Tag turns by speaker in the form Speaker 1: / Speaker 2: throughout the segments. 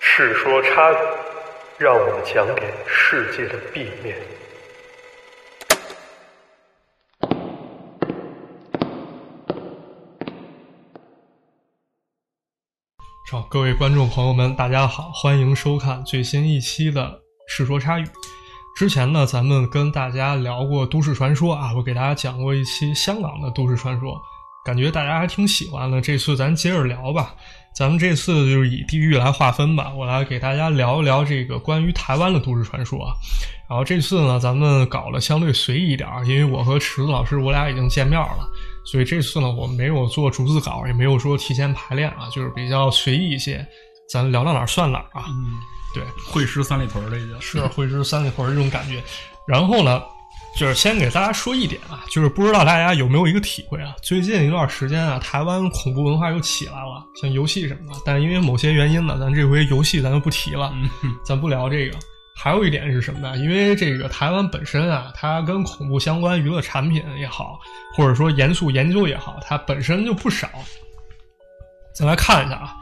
Speaker 1: 世说差语，让我们讲点世界的 B 面。
Speaker 2: 好，各位观众朋友们，大家好，欢迎收看最新一期的《世说差语》。之前呢，咱们跟大家聊过都市传说啊，我给大家讲过一期香港的都市传说，感觉大家还挺喜欢的。这次咱接着聊吧，咱们这次就是以地域来划分吧，我来给大家聊一聊这个关于台湾的都市传说啊。然后这次呢，咱们搞了相对随意一点儿，因为我和池子老师我俩已经见面了，所以这次呢，我没有做逐字稿，也没有说提前排练啊，就是比较随意一些，咱聊到哪儿算哪儿啊。
Speaker 3: 嗯，
Speaker 2: 对，
Speaker 3: 会师三里屯儿了已经。
Speaker 2: 是会是三里屯儿这种感觉。然后呢，就是先给大家说一点啊，就是不知道大家有没有一个体会啊，最近一段时间啊，台湾恐怖文化又起来了，像游戏什么的。但是因为某些原因呢，咱这回游戏咱就不提了，
Speaker 3: 嗯，
Speaker 2: 咱不聊这个。还有一点是什么呢？因为这个台湾本身啊，它跟恐怖相关娱乐产品也好，或者说严肃研究也好，它本身就不少。咱来看一下啊，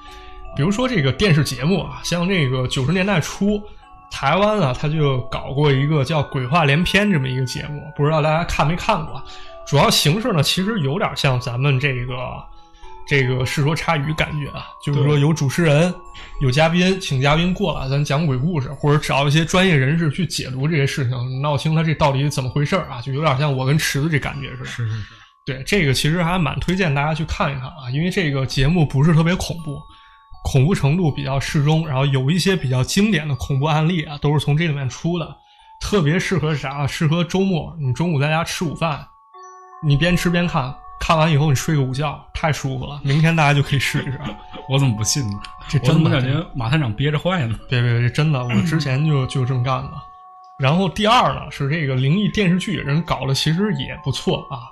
Speaker 2: 比如说这个电视节目啊，像这个九十年代初，台湾啊，它就搞过一个叫《鬼话连篇》这么一个节目，不知道大家看没看过啊？主要形式呢，其实有点像咱们这个这个世说差语感觉啊，就是说
Speaker 3: 对
Speaker 2: 有主持人，有嘉宾，请嘉宾过来，咱讲鬼故事，或者找一些专业人士去解读这些事情，闹清它这到底怎么回事儿啊，就有点像我跟池子这感觉似的。
Speaker 3: 是是是，
Speaker 2: 对，这个其实还蛮推荐大家去看一看啊，因为这个节目不是特别恐怖，恐怖程度比较适中，然后有一些比较经典的恐怖案例啊，都是从这里面出的，特别适合啥？适合周末，你中午在家吃午饭，你边吃边看，看完以后你睡个午觉，太舒服了。明天大家就可以试一试啊，
Speaker 3: 我怎么不信呢？
Speaker 2: 这
Speaker 3: 我怎
Speaker 2: 真
Speaker 3: 么
Speaker 2: 的
Speaker 3: 感觉马探长憋着坏呢？
Speaker 2: 别别别，真的，我
Speaker 3: 嗯
Speaker 2: 之前就就这么干了。然后第二呢，是这个灵异电视剧，人搞的其实也不错啊，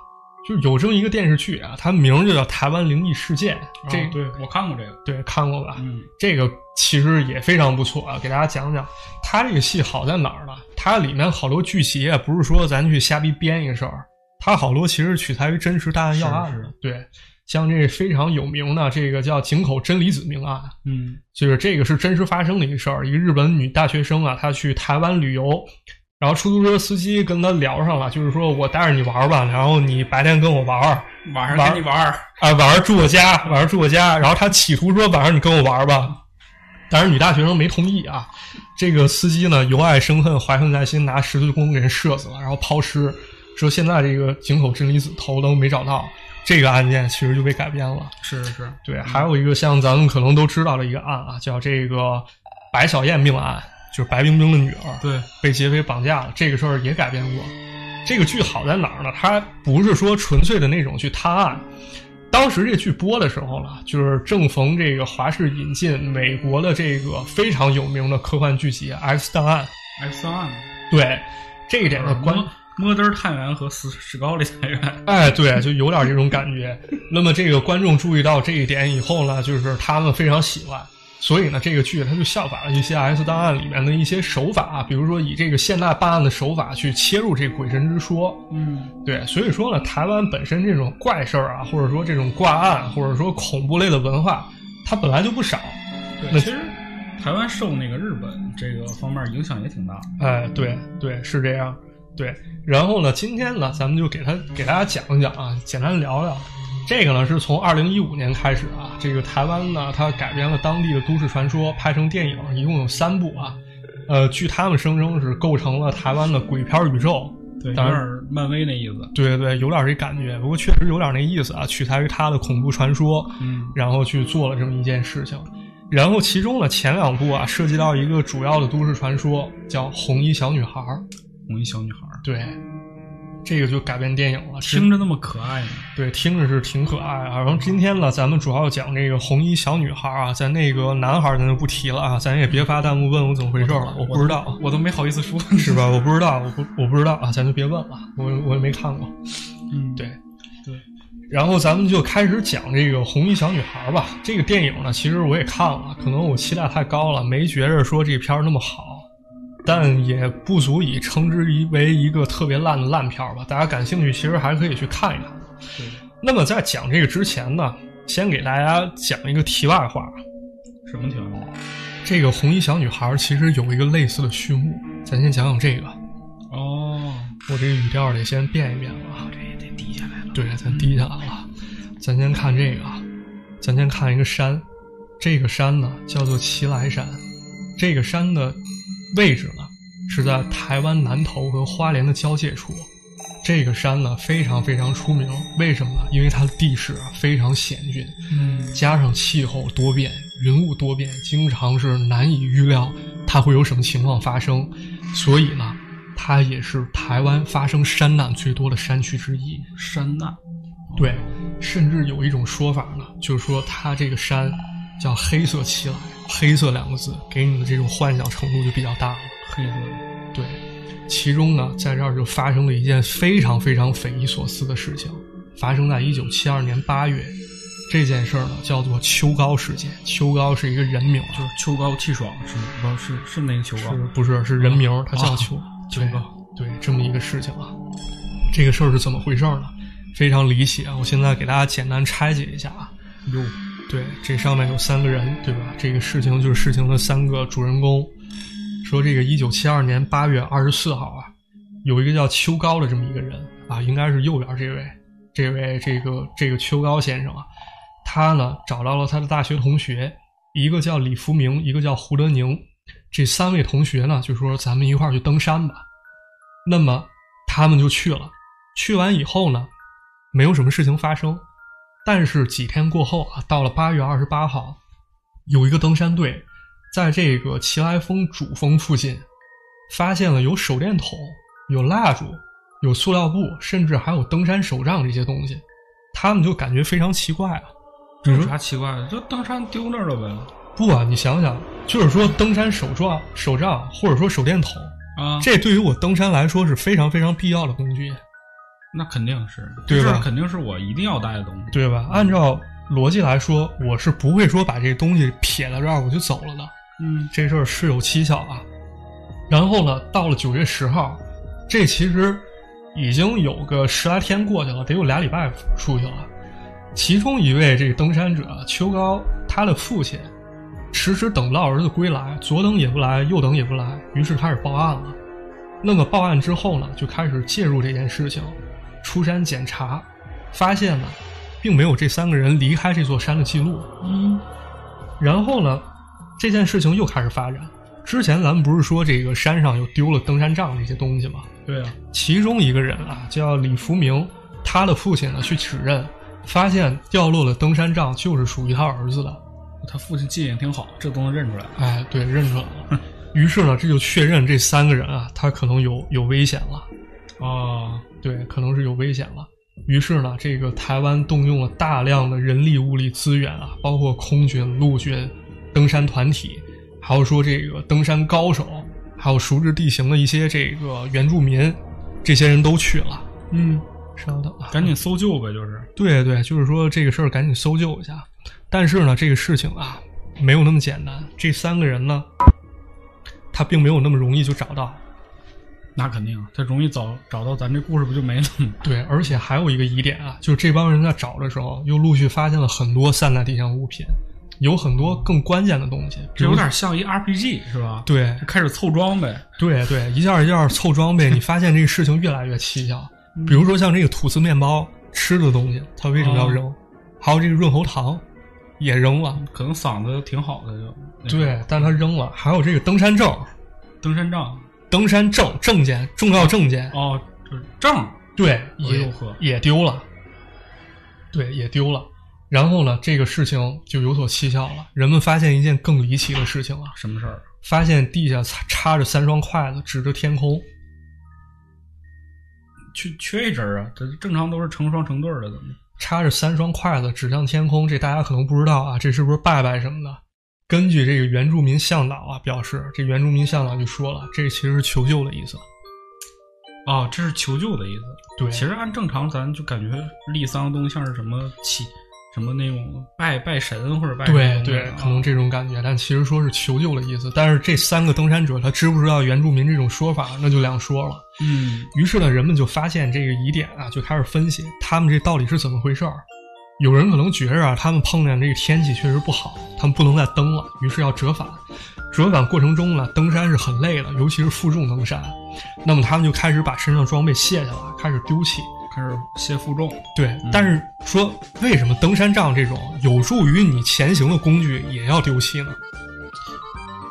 Speaker 2: 就有这么一个电视剧啊，它名儿就叫《台湾灵异事件》，这、
Speaker 3: 哦对我看过这个，
Speaker 2: 对看过吧？
Speaker 3: 嗯，
Speaker 2: 这个其实也非常不错啊，给大家讲讲它这个戏好在哪儿呢？它里面好多剧集啊，不是说咱去瞎逼编一个事儿，它好多其实取材于真实大案要案的。
Speaker 3: 是是
Speaker 2: 对，像这非常有名的这个叫井口真理子命案，
Speaker 3: 嗯，
Speaker 2: 就是这个是真实发生的一个事儿。一个日本女大学生啊，她去台湾旅游，然后出租车司机跟她聊上了，就是说我带着你玩儿吧，然后你白天跟我玩儿，
Speaker 3: 晚上
Speaker 2: 玩
Speaker 3: 跟你玩儿，
Speaker 2: 啊，晚上住我家，晚上住我家。然后他企图说晚上你跟我玩儿吧，但是女大学生没同意啊。这个司机呢，由爱生恨，怀恨在心，拿十字弓给人射死了，然后抛尸。说现在这个井口真理子头都没找到，这个案件其实就被改编了。
Speaker 3: 是是是，
Speaker 2: 对，还有一个像咱们可能都知道的一个案啊，叫这个白小燕命案，就是白冰冰的女儿。
Speaker 3: 对，
Speaker 2: 被劫匪绑架了，这个事儿也改编过。这个剧好在哪儿呢？它不是说纯粹的那种去探案。当时这剧播的时候呢，就是正逢这个华视引进美国的这个非常有名的科幻剧集《X 档案》。
Speaker 3: X 案
Speaker 2: 对，这一点的关，
Speaker 3: 摩摩登探员和史史高利探员，
Speaker 2: 哎，对，就有点这种感觉。那么这个观众注意到这一点以后呢，就是他们非常喜欢，所以呢，这个剧它就效法了一些《S 档案》里面的一些手法啊，比如说以这个现代办案的手法去切入这鬼神之说。
Speaker 3: 嗯，
Speaker 2: 对，所以说呢，台湾本身这种怪事儿啊，或者说这种挂案，或者说恐怖类的文化，它本来就不少。
Speaker 3: 对，
Speaker 2: 那
Speaker 3: 其实台湾受那个日本这个方面影响也挺大，
Speaker 2: 哎，对对，是这样。对，然后呢，今天呢，咱们就给他给大家讲一讲啊，简单聊聊。这个呢是从二零一五年开始啊，这个台湾呢，它改编了当地的都市传说，拍成电影，一共有三部啊。呃，据他们声称是构成了台湾的鬼片宇宙。
Speaker 3: 对，有
Speaker 2: 当
Speaker 3: 点
Speaker 2: 然
Speaker 3: 儿漫威那意思，
Speaker 2: 对对对，有点这感觉，不过确实有点那意思啊，取材于他的恐怖传说。
Speaker 3: 嗯，
Speaker 2: 然后去做了这么一件事情。然后其中呢，前两部啊，涉及到一个主要的都市传说，叫红衣小女孩儿。
Speaker 3: 红衣小女孩儿，
Speaker 2: 对，这个就改编电影了。是
Speaker 3: 听着那么可爱呢，
Speaker 2: 对，听着是挺可爱啊。然后今天呢，咱们主要讲这个红衣小女孩儿啊，咱那个男孩儿咱就不提了啊，咱也别发弹幕问我怎么回事儿了，我不知道。啊
Speaker 3: 我都没好意思说，
Speaker 2: 是吧？我不知道，我不我不知道啊，咱就别问了，我我也没看过。
Speaker 3: 嗯，
Speaker 2: 对，
Speaker 3: 对。
Speaker 2: 然后咱们就开始讲这个《红衣小女孩》吧。这个电影呢，其实我也看了，可能我期待太高了，没觉着说这片儿那么好，但也不足以称之为一个特别烂的烂片儿吧。大家感兴趣，其实还可以去看一看。
Speaker 3: 对，
Speaker 2: 那么在讲这个之前呢，先给大家讲一个题外话。
Speaker 3: 什么情况？
Speaker 2: 这个红衣小女孩其实有一个类似的序幕，咱先讲讲这个。
Speaker 3: 哦，
Speaker 2: 我这个语调得先变一变了啊，
Speaker 3: 这也得低下来了。
Speaker 2: 对，咱低下来了。咱先看这个，啊，咱先看一个山，这个山呢叫做奇来山，这个山的位置呢是在台湾南投和花莲的交界处。这个山呢非常非常出名，为什么呢？因为它的地势啊非常险峻，
Speaker 3: 嗯，
Speaker 2: 加上气候多变、云雾多变，经常是难以预料它会有什么情况发生，所以呢，它也是台湾发生山难最多的山区之一。
Speaker 3: 山呐，
Speaker 2: 对，甚至有一种说法呢，就是说它这个山叫“黑色奇来”，黑色两个字给你的这种幻想程度就比较大了。
Speaker 3: 黑色。
Speaker 2: 对，其中呢，在这儿就发生了一件非常非常匪夷所思的事情，发生在一九七二年八月。这件事儿呢，叫做秋高事件。秋高是一个人名，
Speaker 3: 就是秋高气爽，是不是是那个秋高？
Speaker 2: 是不是是人名儿？他叫
Speaker 3: 啊
Speaker 2: 秋、
Speaker 3: 秋
Speaker 2: 对
Speaker 3: 高
Speaker 2: 对，这么一个事情啊。这个事儿是怎么回事儿呢？非常离奇啊！我现在给大家简单拆解一下啊。
Speaker 3: 哟，
Speaker 2: 对，这上面有三个人，对吧？这个事情就是事情的三个主人公。说这个一九七二年八月二十四号啊，有一个叫秋高的这么一个人啊，应该是右边这位，这位这个这个秋高先生啊，他呢找到了他的大学同学，一个叫李福明，一个叫胡德宁，这三位同学呢就说咱们一块儿去登山吧。那么他们就去了，去完以后呢，没有什么事情发生。但是几天过后啊，到了八月二十八号，有一个登山队在这个奇来峰主峰附近发现了有手电筒、有蜡烛、有塑料布，甚至还有登山手杖这些东西，他们就感觉非常奇怪啊。
Speaker 3: 这有啥奇怪的？就登山丢那儿了呗。
Speaker 2: 不啊，你想想，就是说登山手杖、手杖或者说手电筒，
Speaker 3: 啊，
Speaker 2: 这对于我登山来说是非常非常必要的工具。
Speaker 3: 那肯定是，
Speaker 2: 对吧
Speaker 3: 这肯定是我一定要带的东西。
Speaker 2: 对吧？按照逻辑来说，我是不会说把这东西撇到这儿我就走了的。
Speaker 3: 嗯，
Speaker 2: 这事儿是有蹊跷啊。然后呢，到了九月十号，这其实已经有个十来天过去了，得有俩礼拜出去了。其中一位这个登山者秋高，他的父亲迟迟等不到儿子归来，左等也不来，右等也不来，于是开始报案了。那么报案之后呢，就开始介入这件事情，出山检查，发现呢，并没有这三个人离开这座山的记录。
Speaker 3: 嗯，
Speaker 2: 然后呢，这件事情又开始发展。之前咱们不是说这个山上有丢了登山杖这些东西吗？
Speaker 3: 对啊，
Speaker 2: 其中一个人啊叫李福明，他的父亲呢去指认，发现掉落的登山杖就是属于他儿子的。
Speaker 3: 他父亲记性挺好，这都能认出来。
Speaker 2: 哎，对，认出来了。于是呢，这就确认这三个人啊，他可能有有危险了。
Speaker 3: 哦，
Speaker 2: 对，可能是有危险了。于是呢，这个台湾动用了大量的人力、物力资源啊，包括空军、陆军、登山团体，还有说这个登山高手，还有熟知地形的一些这个原住民，这些人都去了。
Speaker 3: 嗯，
Speaker 2: 稍等啊，
Speaker 3: 赶紧搜救呗，就是。
Speaker 2: 对对，就是说这个事儿赶紧搜救一下。但是呢，这个事情啊，没有那么简单。这三个人呢，他并没有那么容易就找到。
Speaker 3: 那肯定，啊他容易找找到咱这故事不就没了吗？
Speaker 2: 对，而且还有一个疑点啊，就是这帮人在找的时候，又陆续发现了很多散在地上的物品，有很多更关键的东西，比
Speaker 3: 这
Speaker 2: 如
Speaker 3: 有点像一 RPG 是吧？，
Speaker 2: 对
Speaker 3: 开始凑装呗。
Speaker 2: 对对，一件一件凑装备，你发现这个事情越来越蹊跷。
Speaker 3: 嗯
Speaker 2: 比如说像这个吐司面包吃的东西，它为什么要
Speaker 3: 哦
Speaker 2: 扔？还有这个润喉糖也扔了，
Speaker 3: 可能嗓子挺好的就。那个，
Speaker 2: 对，但它扔了。还有这个登山证、
Speaker 3: 登山杖。
Speaker 2: 登山证证件、重要证件，
Speaker 3: 哦，就是杖。
Speaker 2: 对，
Speaker 3: 哎
Speaker 2: 也
Speaker 3: 呦呵
Speaker 2: 也丢了，对，也丢了。然后呢，这个事情就有所蹊跷了。人们发现一件更离奇的事情了，
Speaker 3: 什么事儿？
Speaker 2: 发现地下插插着三双筷子，指着天空。
Speaker 3: 缺缺一只儿啊？这正常都是成双成对儿的，怎么？
Speaker 2: 插着三双筷子指向天空，这大家可能不知道啊，这是不是拜拜什么的？根据这个原住民向导啊表示，这原住民向导就说了，这其实是求救的意思。
Speaker 3: 哦，这是求救的意思。
Speaker 2: 对，
Speaker 3: 其实按正常，咱就感觉立三个东西像是什么祈，什么那种拜拜神或者拜
Speaker 2: 对
Speaker 3: 什么
Speaker 2: 对
Speaker 3: 的，啊
Speaker 2: 可能这种感觉，但其实说是求救的意思。但是这三个登山者他知不知道原住民这种说法，那就两说了。
Speaker 3: 嗯
Speaker 2: 于是呢，人们就发现这个疑点啊，就开始分析他们这到底是怎么回事儿。有人可能觉着啊，他们碰见这个天气确实不好，他们不能再登了，于是要折返。折返过程中呢，登山是很累的，尤其是负重登山。那么他们就开始把身上装备卸下来，开始丢弃。
Speaker 3: 开始卸负重，
Speaker 2: 对，但是说为什么登山杖这种有助于你前行的工具也要丢弃呢？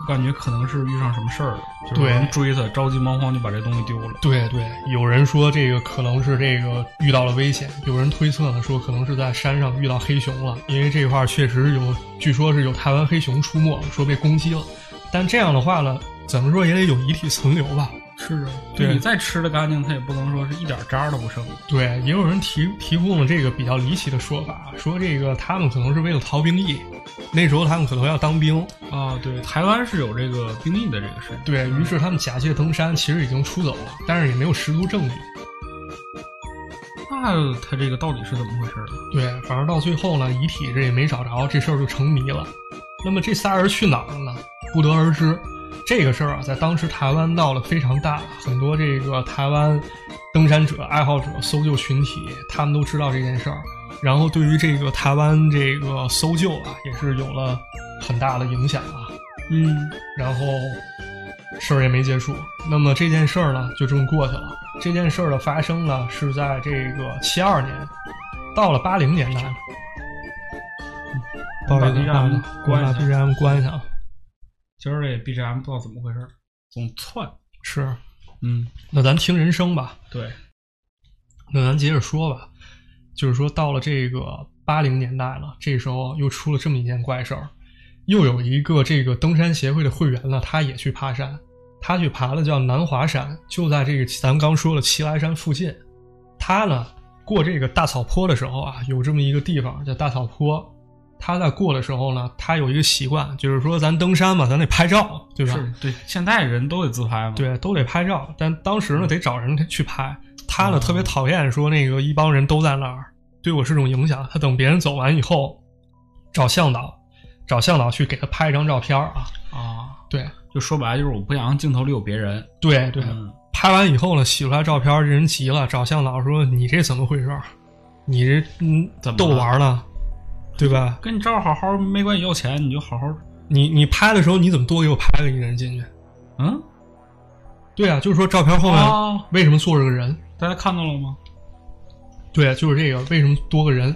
Speaker 3: 我感觉可能是遇上什么事儿了，就是有
Speaker 2: 对
Speaker 3: 人追他，着急忙慌就把这东西丢了。
Speaker 2: 对对，有人说这个可能是这个遇到了危险，有人推测呢说可能是在山上遇到黑熊了，因为这块儿确实有，据说是有台湾黑熊出没，说被攻击了。但这样的话呢，怎么说也得有遗体存留吧？
Speaker 3: 是啊，
Speaker 2: 对啊
Speaker 3: 就你再吃的干净，它也不能说是一点渣儿都不剩。
Speaker 2: 对，也有人提提供了这个比较离奇的说法，说这个他们可能是为了逃兵役，那时候他们可能要当兵，
Speaker 3: 啊，对，台湾是有这个兵役的这个事情。
Speaker 2: 对于是他们假借登山，其实已经出走了，但是也没有十足证据。
Speaker 3: 那他这个到底是怎么回事儿呢？啊
Speaker 2: 对，反正到最后呢，遗体这也没找着，这事儿就成谜了。那么这仨人去哪儿了呢？不得而知。这个事儿啊，在当时台湾闹得非常大，很多这个台湾登山者、爱好者、搜救群体，他们都知道这件事儿，然后对于这个台湾这个搜救啊，也是有了很大的影响啊。
Speaker 3: 嗯，
Speaker 2: 然后事儿也没结束。那么这件事儿呢，就这么过去了。这件事儿的发生呢，是在这个七二年，到了八零年代。不好意思，
Speaker 3: 把 BGM
Speaker 2: 我把
Speaker 3: 关一下
Speaker 2: BGM 啊关一下啊。
Speaker 3: 今儿这 BGM 不知道怎么回事儿，总窜。
Speaker 2: 是，
Speaker 3: 嗯，
Speaker 2: 那咱听人声吧。
Speaker 3: 对，
Speaker 2: 那咱接着说吧，就是说到了这个八零年代了，这时候又出了这么一件怪事儿，又有一个这个登山协会的会员呢，他也去爬山，他去爬的叫南华山，就在这个咱刚说了齐来山附近。他呢过这个大草坡的时候啊，有这么一个地方叫大草坡。他在过的时候呢，他有一个习惯，就是说咱登山嘛，咱得拍照，对吧？
Speaker 3: 是，对，现在人都得自拍嘛。，
Speaker 2: 对，都得拍照，但当时呢得找人去拍。他呢
Speaker 3: 哦
Speaker 2: 特别讨厌说那个一帮人都在那儿，对我是种影响。他等别人走完以后，找向导，找向导去给他拍一张照片儿啊。
Speaker 3: 啊，
Speaker 2: 对
Speaker 3: 就说白了就是我不想让镜头里有别人。
Speaker 2: 对对，
Speaker 3: 嗯
Speaker 2: 拍完以后呢，洗出来照片儿，这人急了，找向导说：“你这怎么回事儿？你这嗯
Speaker 3: 怎么
Speaker 2: 逗
Speaker 3: 了
Speaker 2: 玩儿呢？对吧？
Speaker 3: 跟你照好好没管你要钱，你就好好。
Speaker 2: 你你拍的时候你怎么多给我拍了一个人进去？
Speaker 3: 嗯，
Speaker 2: 对啊，就是说照片后面
Speaker 3: 啊，
Speaker 2: 为什么坐着个人？
Speaker 3: 大家看到了吗？
Speaker 2: 对，就是这个，为什么多个人？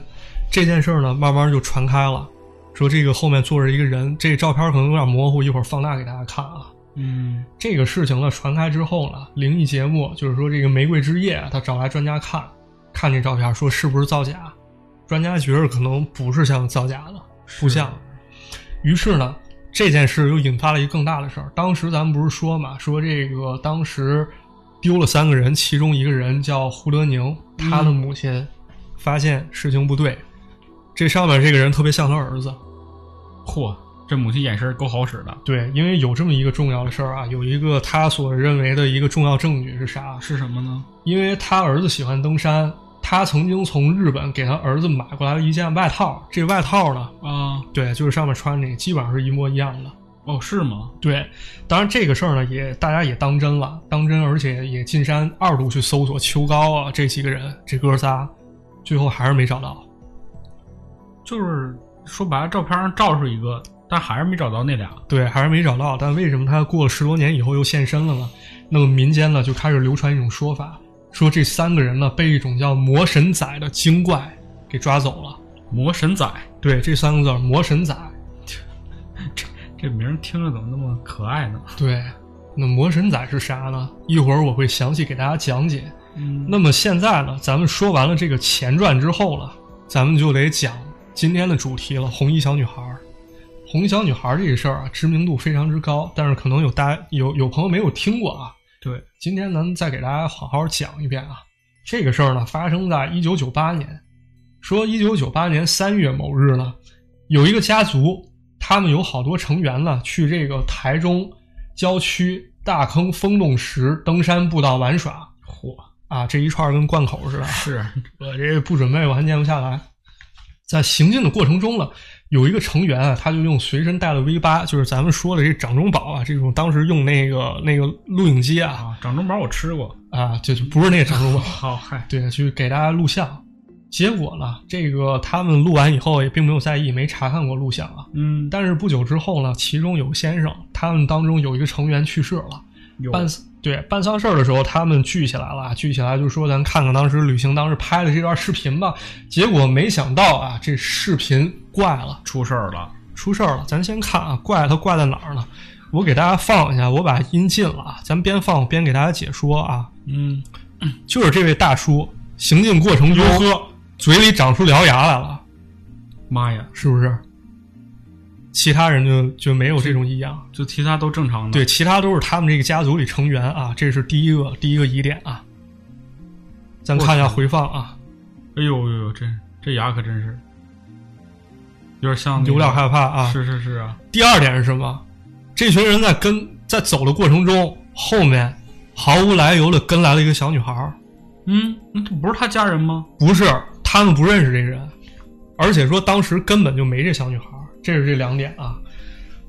Speaker 2: 这件事儿呢，慢慢就传开了，说这个后面坐着一个人，这照片可能有点模糊，一会儿放大给大家看啊。
Speaker 3: 嗯，
Speaker 2: 这个事情呢传开之后呢，灵异节目就是说这个《玫瑰之夜》，他找来专家看，看这照片，说是不是造假？专家觉得可能不是像造假的，不像。于是呢，这件事又引发了一个更大的事儿。当时咱们不是说嘛，说这个当时丢了三个人，其中一个人叫胡德宁，他的母亲发现事情不对，这上面这个人特别像他儿子。
Speaker 3: 嚯，这母亲眼神儿够好使的。
Speaker 2: 对，因为有这么一个重要的事儿啊，有一个他所认为的一个重要证据是啥？
Speaker 3: 是什么呢？
Speaker 2: 因为他儿子喜欢登山，他曾经从日本给他儿子买过来了一件外套，这外套呢，
Speaker 3: 啊，
Speaker 2: 对，就是上面穿这个，基本上是一模一样的。
Speaker 3: 哦，是吗？
Speaker 2: 对，当然这个事儿呢，也大家也当真了，当真，而且也进山二度去搜索秋高啊这几个人，这哥仨，最后还是没找到。
Speaker 3: 就是说白了，照片上照是一个，但还是没找到那俩。
Speaker 2: 对，还是没找到。但为什么他过了十多年以后又现身了呢？那么民间呢就开始流传一种说法，说这三个人呢被一种叫魔神仔的精怪给抓走了。
Speaker 3: 魔神仔，
Speaker 2: 对，这三个字儿魔神仔。
Speaker 3: 这名儿听着怎么那么可爱呢？
Speaker 2: 对，那魔神仔是啥呢？一会儿我会详细给大家讲解。
Speaker 3: 嗯
Speaker 2: 那么现在呢，咱们说完了这个前传之后了，咱们就得讲今天的主题了——红衣小女孩儿。红衣小女孩儿这个事儿啊，知名度非常之高，但是可能有大有有朋友没有听过啊。
Speaker 3: 对，
Speaker 2: 今天咱们再给大家好好讲一遍啊。这个事儿呢，发生在一九九八年。说一九九八年三月某日呢，有一个家族，他们有好多成员呢，去这个台中郊区大坑风洞石登山步道玩耍。
Speaker 3: 嚯，
Speaker 2: 啊，这一串儿跟贯口似的。
Speaker 3: 是
Speaker 2: 我这不准备，我还念不下来。在行进的过程中呢，有一个成员啊，他就用随身带的 V 八，就是咱们说的这掌中宝啊，这种当时用那个那个录影机啊
Speaker 3: 啊，掌中宝我吃过。
Speaker 2: 啊，这就不是那个掌中宝，
Speaker 3: 好嗨，
Speaker 2: 对，去给大家录像。结果呢，这个他们录完以后也并没有在意，没查看过录像啊。
Speaker 3: 嗯，
Speaker 2: 但是不久之后呢，其中有先生，他们当中有一个成员去世了。
Speaker 3: 有
Speaker 2: 办对办丧事儿的时候，他们聚起来了，聚起来就说咱看看当时旅行当时拍的这段视频吧。结果没想到啊，这视频怪了，
Speaker 3: 出事儿了，
Speaker 2: 出事儿了。咱先看啊，怪它怪在哪儿呢？我给大家放一下，我把音禁了啊，咱边放边给大家解说啊。
Speaker 3: 嗯，
Speaker 2: 就是这位大叔行进过程中，
Speaker 3: 呵，
Speaker 2: 嘴里长出獠牙来了，
Speaker 3: 妈呀，
Speaker 2: 是不是？其他人就就没有这种异样，
Speaker 3: 就其他都正常的，
Speaker 2: 对，，其他都是他们这个家族里成员啊，这是第一个第一个疑点啊。咱看一下回放啊，
Speaker 3: 哎呦呦呦，这这牙可真是有点像那个
Speaker 2: 有点害怕啊。
Speaker 3: 是是是啊，
Speaker 2: 第二点是什么？这群人在跟在走的过程中，后面毫无来由的跟来了一个小女孩儿，
Speaker 3: 嗯，那这不是他家人吗？
Speaker 2: 不是他们不认识这个人，而且说当时根本就没这小女孩儿，这是这两点啊。